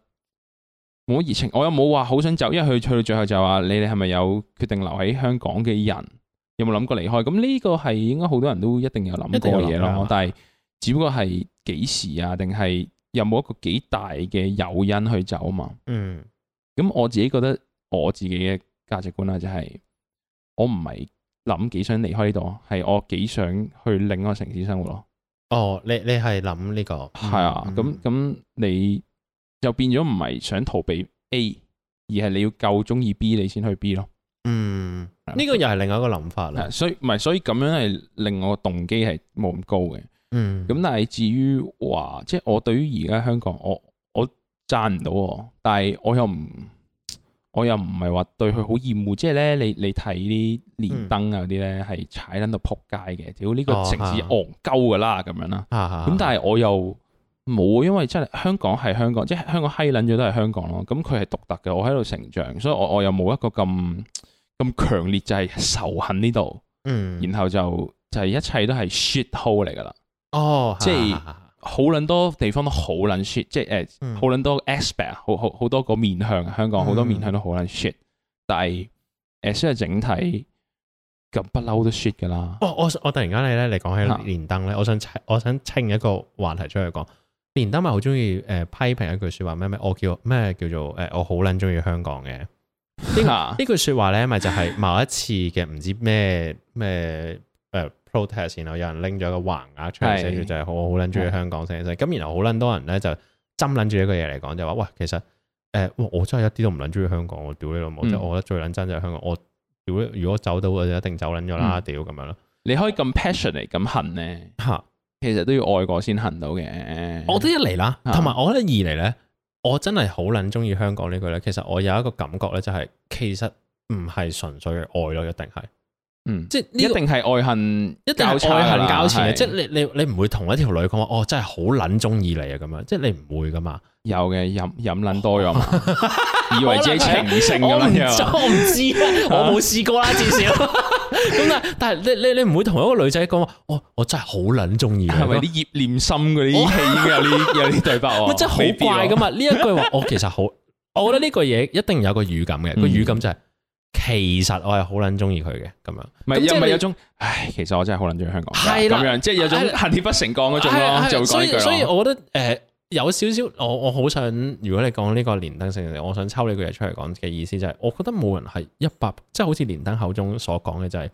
B: 冇乜熱情，我又冇話好想走，因為佢去到最後就話你哋係咪有決定留喺香港嘅人有冇諗過離開？咁呢個係應該好多人都一定有諗
A: 一定
B: 過
A: 有
B: 嘅嘢
A: 諗
B: 咯
A: 㗎，
B: 但係只不過係幾時啊，定係有冇一個幾大嘅誘因去走啊嘛？
A: 嗯
B: 咁我自己覺得我自己嘅價值觀啦，啊就係我唔係諗幾想離開呢度，係我幾想去另一個城市生活咯。
A: 哦，你你係諗呢個嗯
B: 係啊，咁咁你就變咗唔係想逃避 A，而係你要夠中意 B 你先去 B 咯。
A: 嗯呢個又係另外一個諗法啦
B: 係。所以唔係，所以咁樣係令我動機係冇咁高嘅。
A: 嗯
B: 咁但係至於話，即係我對於而家香港，我我讚唔到喎，但係我又唔，我又唔係話對佢好厭惡。即係咧，你你睇啲連登啊嗰啲咧，係踩撚到撲街嘅，屌呢個
A: 嗯哦
B: 城市
A: 係
B: 戇鳩噶啦咁樣啦。
A: 啊
B: 咁但係我又冇，因為真係香港係香港，即係香港閪撚咗都係香港咯。咁佢係獨特嘅，我喺度成長，所以我我又冇一個咁咁強烈就係仇恨呢度，
A: 嗯，
B: 然後就就係一切都係 shit hole 嚟㗎啦，
A: 哦，
B: 即係
A: 哈哈哈
B: 好撚多地方都好撚 shit，即係呃
A: 嗯
B: 誒好撚多 aspect，好啊好好多個面向，啊香港好多面向都好撚 shit，但係誒雖然整體咁不嬲都 shit 㗎啦，
A: 哦，我我突然間你咧，你講
B: 嚇
A: 起連登咧，我想砌我想清一個話題出去講。連登咪好中意誒批評一句説話咩咩，我叫咩叫做誒、呃我好撚中意香港嘅呢
B: 嚇
A: 句説話咧，咪就係某一次嘅唔知咩咩誒 protest，然後有人拎咗個橫額出嚟
B: 係
A: 寫住就係我好撚中意香港寫寫，咁然後好撚多人咧就針撚住一個嘢嚟講，就話喂其實誒、呃哇我真係一啲都唔撚中意香港，我屌你老母！即係、
B: 嗯
A: 我覺得最撚真就係香港，我屌你如果走到我就一定走撚咗啦，
B: 嗯
A: 屌咁樣咯
B: 你可以咁 passion 嚟咁恨咧，
A: 嚇。
B: 其實都要愛過先恨到嘅。
A: 我覺得一嚟啦，
B: 啊
A: 同埋我覺得二嚟咧，我真係好撚中意香港呢句咧。其實我有一個感覺咧，就係其實唔係純粹嘅愛咯，一定係，
B: 嗯，
A: 即係
B: 一
A: 呢個
B: 定係愛恨
A: 一定係
B: 交
A: 愛
B: 叉㗎
A: 恨
B: 啦
A: 交纏嘅，
B: 係
A: 即係你你你唔會同一條女講話，哦，真係好撚中意你啊咁樣，即係你唔會噶嘛。
B: 有嘅飲飲撚 多咗嘛，以為自己情聖咁
A: 我唔
B: 樣
A: 知
B: 樣，
A: 我唔知啊，我冇試過啦，至 少。咁但係但係你你你唔會同一個女仔講話，哦，我真係好撚中意你。
B: 係咪啲葉念心嗰啲戲已經有啲有啲對白
A: 乜
B: 喎？
A: 真係好怪噶
B: 嘛？
A: 嘛？呢一句話 哦我其實好，我覺得呢個嘢一定有個語感嘅，個
B: 嗯
A: 語感就係其實我係好撚中意佢嘅咁樣。
B: 唔係
A: 咁即係
B: 有咪
A: 你
B: 有種唉，其實我真係好撚中意香港㗎，
A: 係啦
B: 咁樣即係有種
A: 係啦
B: 恨鐵不成鋼嗰種
A: 係
B: 咯，
A: 係
B: 就會講
A: 所
B: 呢
A: 以所以
B: 句咯。
A: 我覺得誒、呃有少少，我我好想，如果你講呢個連登性，我想抽呢句嘢出嚟講嘅意思就係、我覺得冇人係一百，即係好似連登口中所講嘅就係、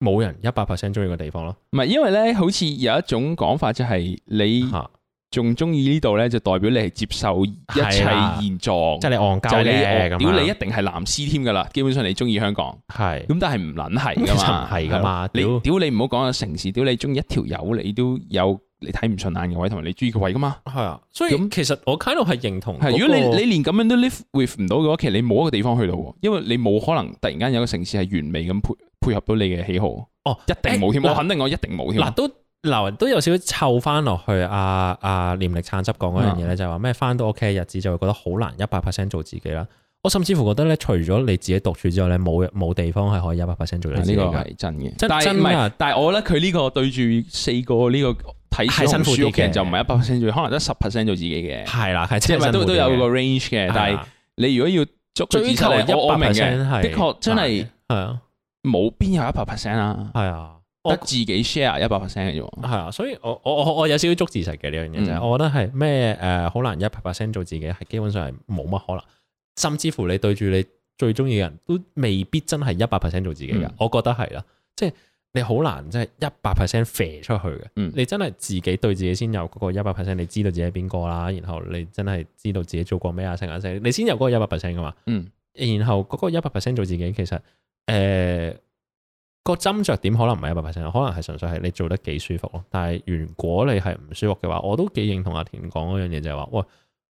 A: 冇人一百 percent 中意個地方咯，
B: 唔係因為咧，好似有一種講法就係你
A: 嚇！
B: 仲中意呢度咧，就代表你係接受一切
A: 係啦
B: 現狀
A: 即係。你戇
B: 就
A: 鳩
B: 係你
A: 嘅咁
B: 屌你一
A: 樣，
B: 定係藍絲添㗎啦，基本上你中意香港，
A: 係
B: 咁但係唔撚係㗎嘛，
A: 其實唔係㗎嘛
B: 係咯你
A: 屌
B: 屌你唔好講啊城市，屌你中意一條友，你都有你睇唔順眼嘅位，同埋你中意嘅位㗎嘛。
A: 係啊，所以
B: 咁
A: 其實我 kind of 係認同嗰個。
B: 係，如果你你連咁樣都 live with 唔到嘅話，其實你冇一個地方去到喎，因為你冇可能突然間有個城市係完美咁配配合到你嘅喜好，一
A: 哦，
B: 定冇添。
A: 誒
B: 我肯定我一定冇添。
A: 嗱都嗱都有少少湊翻落去阿阿念力撐執講嗰樣
B: 啊
A: 嘢咧，就係話咩翻到屋企嘅日子就會覺得好難一百 percent 做自己啦。我甚至乎覺得咧，除咗你自己獨處之外咧，冇冇地方係可以一百 percent 做你
B: 啊呢
A: 自己
B: 個
A: 嘅。
B: 係真嘅，
A: 真
B: 但係
A: 真
B: 唔係
A: 㗎，
B: 但係我覺得佢呢個對住四個呢個睇
A: 係
B: 小
A: 辛
B: 紅
A: 苦
B: 書
A: 啲
B: 屋企人
A: 嘅
B: 就唔係一百 percent 做，可能得十 percent 做自己嘅。
A: 係啦，係
B: 即
A: 真
B: 係
A: 係
B: 咪都
A: 辛苦
B: 都
A: 啲
B: 有
A: 嘅啊
B: 個 range 嘅，但係你如果要捉佢
A: 追求
B: 自殺呢我
A: 一百
B: 我明嘅，
A: percent 係
B: 的確真係
A: 係啊
B: 冇邊有一百 percent 啊，
A: 係啊，
B: 得
A: 我
B: 自己 share 一百 percent 嘅啫喎。
A: 係啊，所以我我我我有少少捉字實嘅呢樣嘢就係，
B: 嗯
A: 我覺得係咩誒好難一百 percent 做自己，係基本上係冇乜可能，甚至乎你對住你最中意嘅人都未必真係一百 percent 做自己嘅，
B: 嗯
A: 我覺得係啦，即係你好難即係一百 percent 射出去嘅，
B: 嗯
A: 你真係自己對自己先有嗰個一百 percent，你知道自己係邊個啦，然後你真係知道自己做過咩啊，成啊成，你先有嗰個一百 percent 噶嘛。
B: 嗯，
A: 然後嗰個一百 percent 做自己，其實誒、呃、個斟酌點可能唔係一百 percent，可能係純粹係你做得幾舒服咯。但係如果你係唔舒服嘅話，我都幾認同阿田講嗰樣嘢，就係話，喂，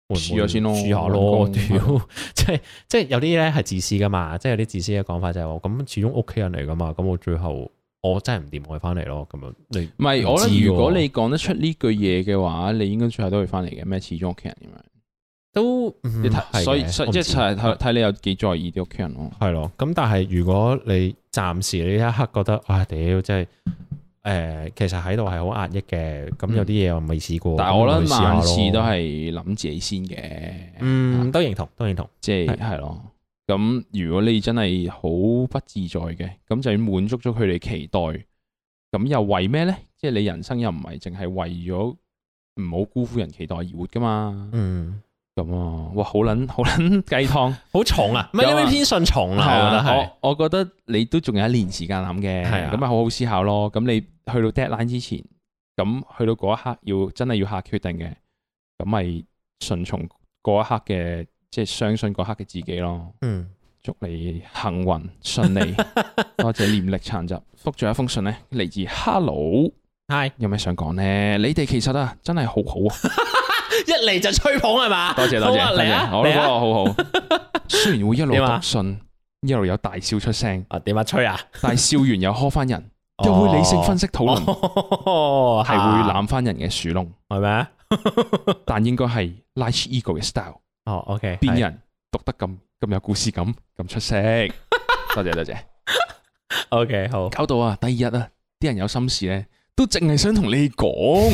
A: 會唔會
B: 試下先咯
A: 試下咯，
B: 搵工
A: 屌， 即係即係有啲咧係自私噶嘛，即係有啲自私嘅講法就係話，咁始終屋企人嚟噶嘛，咁我最後我真係唔掂，我翻嚟咯，咁樣你
B: 唔係，我覺
A: 唔知
B: 得
A: 喎
B: 如果你講得出呢句嘢嘅話，你應該最後都會翻嚟嘅，咩始終屋企人咁樣。
A: 都嗯你
B: 你睇，所以所以即係睇睇你有幾在意啲屋企人咯。
A: 係咯，咁但係如果你暫時呢一刻覺得，啊屌，即係誒，其實喺度係好壓抑嘅，咁有啲嘢我未試過，
B: 嗯但係我覺得
A: 咁咪試下
B: 萬
A: 咯
B: 事都，係諗自己先嘅，
A: 嗯，都認同，都認同，
B: 即係
A: 係
B: 係咯。咁如果你真係好不自在嘅，咁就要滿足咗佢哋期待。咁又為咩呢？即係你人生又唔係淨係為咗唔好辜負人期待而活噶嘛？
A: 嗯，
B: 咁啊，哇，好撚 好撚雞 湯。
A: 好重啊，唔係
B: 有啊
A: 因為偏信重啦，
B: 係啊我我覺得你都仲有一年時間諗嘅，
A: 係啊
B: 咁咪好好思考咯。咁你去到 deadline 之前，咁去到嗰一刻要真係要下決定嘅，咁咪順從嗰一刻嘅，即係相信嗰刻嘅自己咯。
A: 我覺得係，嗯，
B: 祝你幸運順 利，多謝念力殘疾。 覆咗一封信呢，嚟自 Hello，
A: 係
B: 有咩想講呢？你哋其實啊，真係好好啊！
A: 一嚟就吹捧係嘛，
B: 多謝多謝
A: 好啊
B: 多
A: 嚟
B: 謝，
A: 啊
B: 我都覺
A: 嚟
B: 得
A: 啊，
B: 我好好。 雖然會一路
A: 點啊
B: 讀信，一路有大笑出聲，
A: 啊點啊吹啊，
B: 但係笑完又呵翻 人。又會理性分析討論，
A: 哦，
B: 係會攬翻人嘅樹窿，
A: 係咪？啊
B: 但應該係 Like Ego 嘅 style。
A: 哦，OK，
B: 邊 人讀得咁咁有故事感，咁出色？多謝多謝。
A: OK，好，
B: 搞到啊，第二日啊，啲人有心事咧，都淨係想同你 講。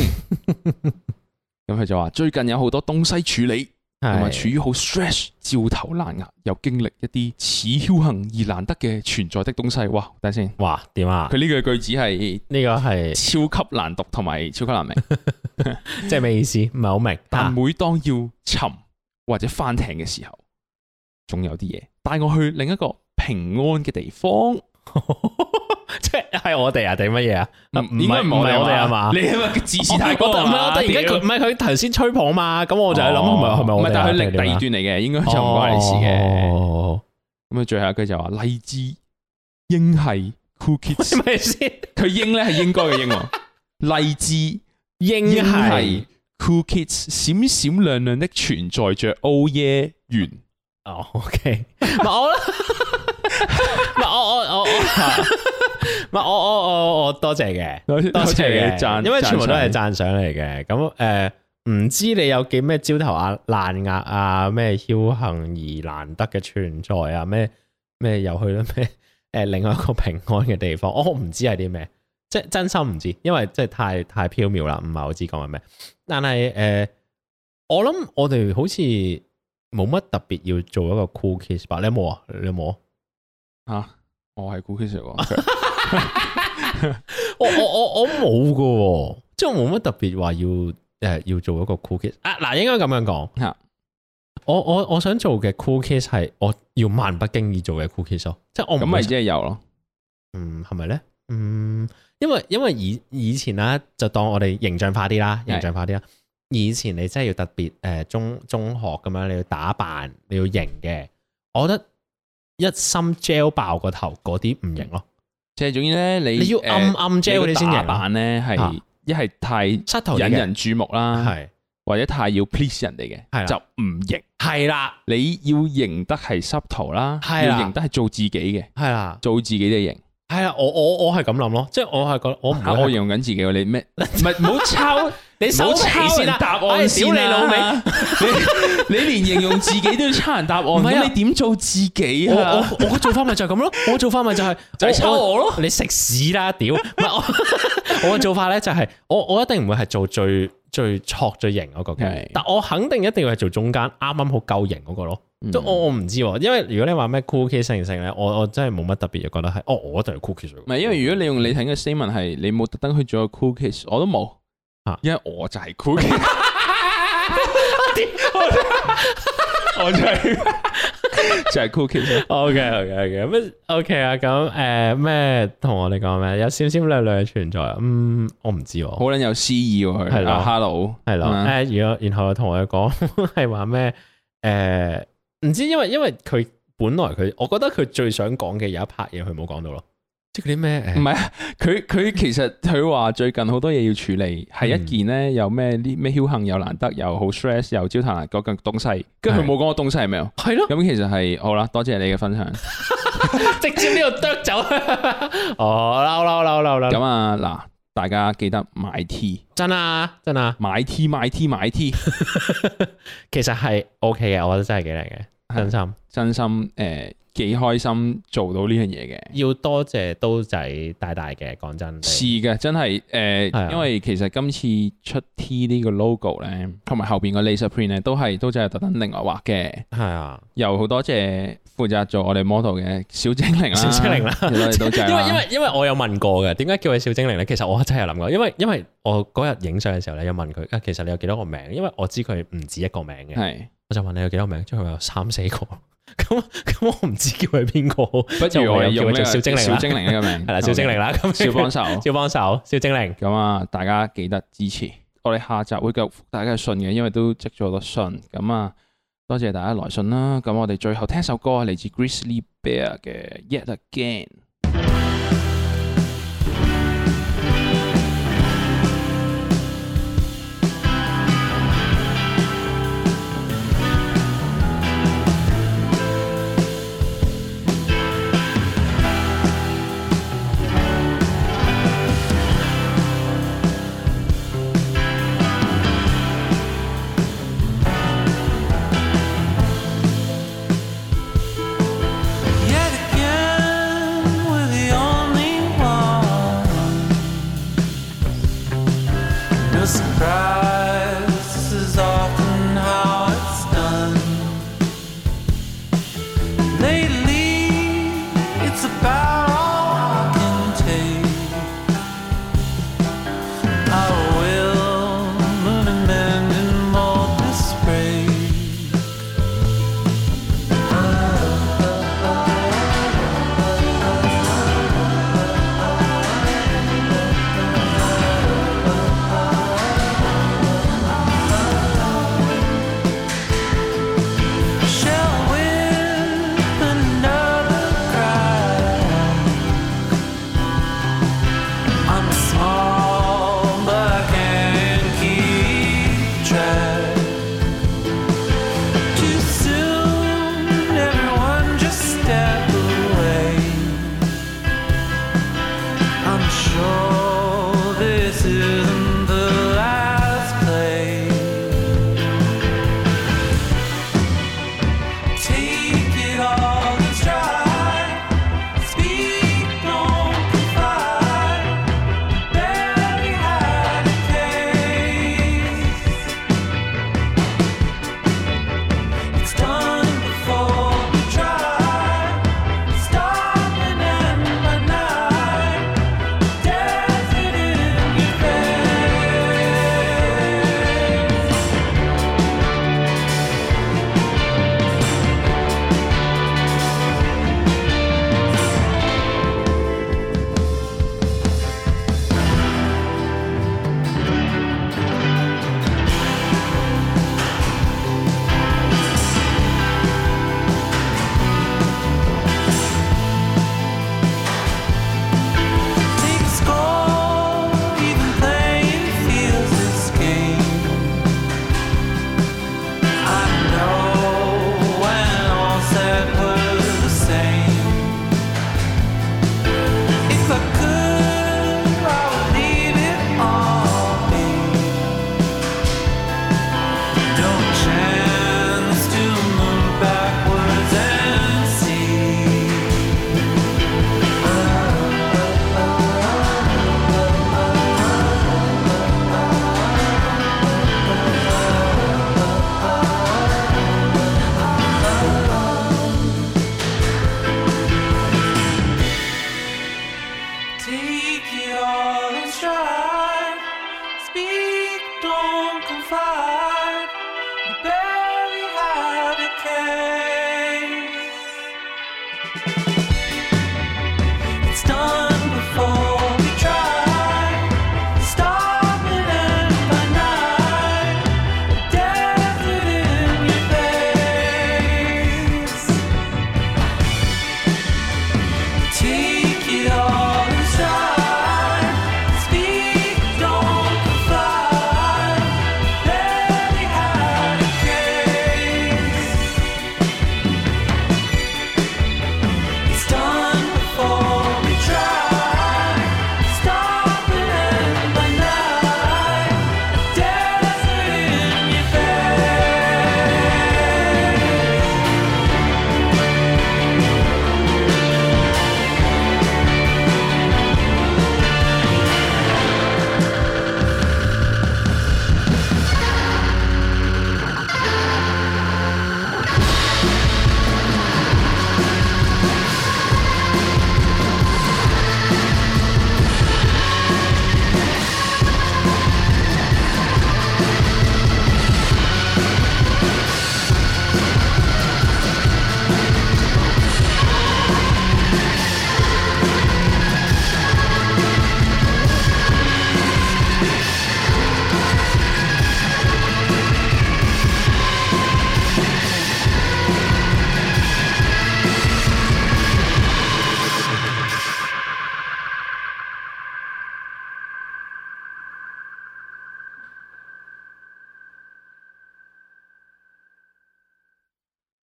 B: 咁佢就話最近有好多東西處理，同埋啊處
A: 系
B: 於好 stress，焦頭爛額，又經歷一啲似僥倖而難得嘅存在的東西。哇！等下先，
A: 哇，點啊？
B: 佢呢句句子係
A: 呢個係
B: 超級難讀同埋超 級難明。
A: 即係咩意思？唔係好明。
B: 但
A: 啊
B: 每當要沉或者翻艇嘅時候，總有啲嘢帶我去另一個平安嘅地方。
A: 即係我哋啊定乜嘢啊？
B: 唔嗯應該唔係我哋啊嘛？你啊嘛，自視太高
A: 哦我我
B: 啊
A: 唔係我
B: 嘛哦
A: 突然間佢唔係佢頭先吹捧嘛，咁我就係諗係咪係咪
B: 唔
A: 我
B: 係，
A: 哋
B: 但
A: 啊？
B: 係佢
A: 定
B: 另
A: 係
B: 第二
A: 點啊
B: 段嚟嘅，應該就唔關你事嘅。
A: 哦
B: 咁佢啊最後一句就話荔枝應係 cookies，
A: 係咪先？
B: 佢應咧係應該嘅應 喎，荔枝
A: 應
B: 應
A: 係
B: 係 cookies 閃閃亮亮的存在着，oh yeah，完。
A: 哦，OK，唔係 我啦，唔係我我我我， 唔係我我我我多謝嘅。
B: 多
A: 多謝嘅
B: 讚，
A: 因為全部都係
B: 讚賞。
A: 讚賞嚟嘅。咁誒，呃唔、知你有幾咩焦頭啊、爛額啊、咩僥倖而難得嘅存在啊、咩咩又去咗咩誒另外一個平安嘅地方，我唔知係啲咩，即係真心唔知，因為即係太太飄渺啦，唔係好知講緊咩。但係誒、呃我諗我哋好似冇乜特別要做一個 cool kiss 吧？你有冇啊？你有冇啊？
B: 啊，
A: 哦
B: 我係 cookies 喎，
A: 我我我我冇噶、喎，即係我冇乜特別話要诶、要做一個 cool case 啊嗱，應該咁樣講。
B: 啊
A: 我我我想做嘅 cool case 係我要萬不經意做嘅 cool case 咯，即係我唔
B: 咁咪即係有咯。
A: 嗯係咪咧？嗯，因為因為以以前啦，就當我哋形象化啲啦，
B: 係
A: 形象化啲啦。以前你真係要特別誒、呃中中學咁樣，你要打扮，你要型嘅。我覺得一心 gel 爆個頭嗰啲唔型咯，
B: 即係總之咧，你
A: 你要
B: 誒
A: 暗暗 gel 嗰啲先型
B: 你個打
A: 咯，
B: 扮咧
A: 啊
B: 係一係太引
A: 膝頭
B: 人注目啦，
A: 係。
B: 或者太要 please 人哋
A: 係啦
B: 嘅，就唔型。
A: 系啦，
B: 你要型得係濕頭啦，
A: 係啦
B: 要型得係做自己嘅，
A: 系啦，
B: 做自己嘅型。
A: 系啦，我我我系咁谂咯，即系我系觉得我唔
B: 啊我
A: 會係，
B: 形容緊自己喎，你咩？ 唔係唔好 抄，
A: 啊你
B: 唔好抄人答案先
A: 屌你老味！
B: 啦。 你你連形容自己都要抄人答案，
A: 係啊
B: 咁你點做自己
A: 我
B: 啊？
A: 我我個做法咪就係咁咯，我做法咪就係
B: 就係抄我
A: 咯，你食屎啦屌！唔係我 我嘅做法咧就係我我一定唔會係做最最挫最型嗰個嘅
B: 係，
A: 但我肯定一定要係做中間啱啱好夠型嗰個咯。
B: 嗯
A: 即係我我唔知喎，因為如果你話咩 cookie 成唔成咧，我我真係冇乜特別嘢覺得係，哦我一定係 cookie
B: 唔係，因為如果你用你睇嘅 statement 係你冇特登去做個 cool kiss，我都冇
A: 啊，
B: 因為我就係 cool kiss。我就係 就係 cool kiss 咯。
A: O K O K O K 咩 O K 啊咁誒咩同我哋講咩有閃閃亮亮嘅存在啊嗯我唔知
B: 好啊
A: 喎
B: 撚有詩意喎佢。
A: 係咯
B: 啊，hello，
A: 係咯
B: 啊
A: 誒然後然後同我哋講係話咩誒唔知因為因為佢本來佢我覺得佢最想講嘅有一 part 嘢佢冇講到咯即係嗰啲咩誒
B: 唔係啊佢
A: 嗯
B: 佢其實佢話最近好多嘢要處理，係一件咧有咩啲咩僥倖又難得又好 stress 又焦頭爛嗰嘅東西，跟住佢
A: 係
B: 冇講個東西 係咩喎。啊
A: 係咯
B: 咁其實係好啦，多謝你嘅分享。
A: 直接呢度啄走 哦嬲嬲嬲嬲嬲
B: 咁啊嗱，大家記得買 T，
A: 真啊真啊
B: 買 T，買 T，買 T。
A: 其實係 O K 嘅我覺得真係幾靚嘅真心
B: 真心誒幾、開心做到呢樣嘢嘅。
A: 要多謝刀仔大大嘅講真
B: 是嘅，真係誒，呃
A: 係啊
B: 因為其實今次出 T 呢個 logo 咧，同埋後邊個 laser print 咧，都係都真係特登另外畫嘅。
A: 係啊。
B: 又好多謝負責做我哋 model 嘅小精靈啦，
A: 小精靈啦
B: 多謝多謝
A: 因為
B: 啦
A: 因為因為我有問過嘅，點解叫佢小精靈咧？其實我真係有諗過，因為因為我嗰日影相嘅時候咧，有問佢啊，其實你有幾多個名？因為我知佢唔止一個名嘅，
B: 係，
A: 我就問你有幾多名，之後佢話有三四個。 咁咁我唔知叫佢邊個好，
B: 不如我哋用呢個
A: 就小精靈啦
B: 小精靈呢個名，
A: 係啦，小精靈啦，咁
B: OK，小幫手。
A: 小幫手，小精靈，
B: 咁啊，大家記得支持。我哋下集會繼續覆大家嘅信嘅，因為都積咗好多信。咁啊，多謝大家來信啦。咁我哋最後聽首歌係嚟自 Grizzly Bear 嘅《Yet Again》。
C: Yet again, to the last play. Take it all in stride. Speak, don't confide. Barely had a case. It's done before we try. Starting end by night. Dancing in your face. Take a score, even playing feels this game. I know when all said were the same. If I could, I would leave it all be. Don't chance to look backwards and see. Take it all in stride.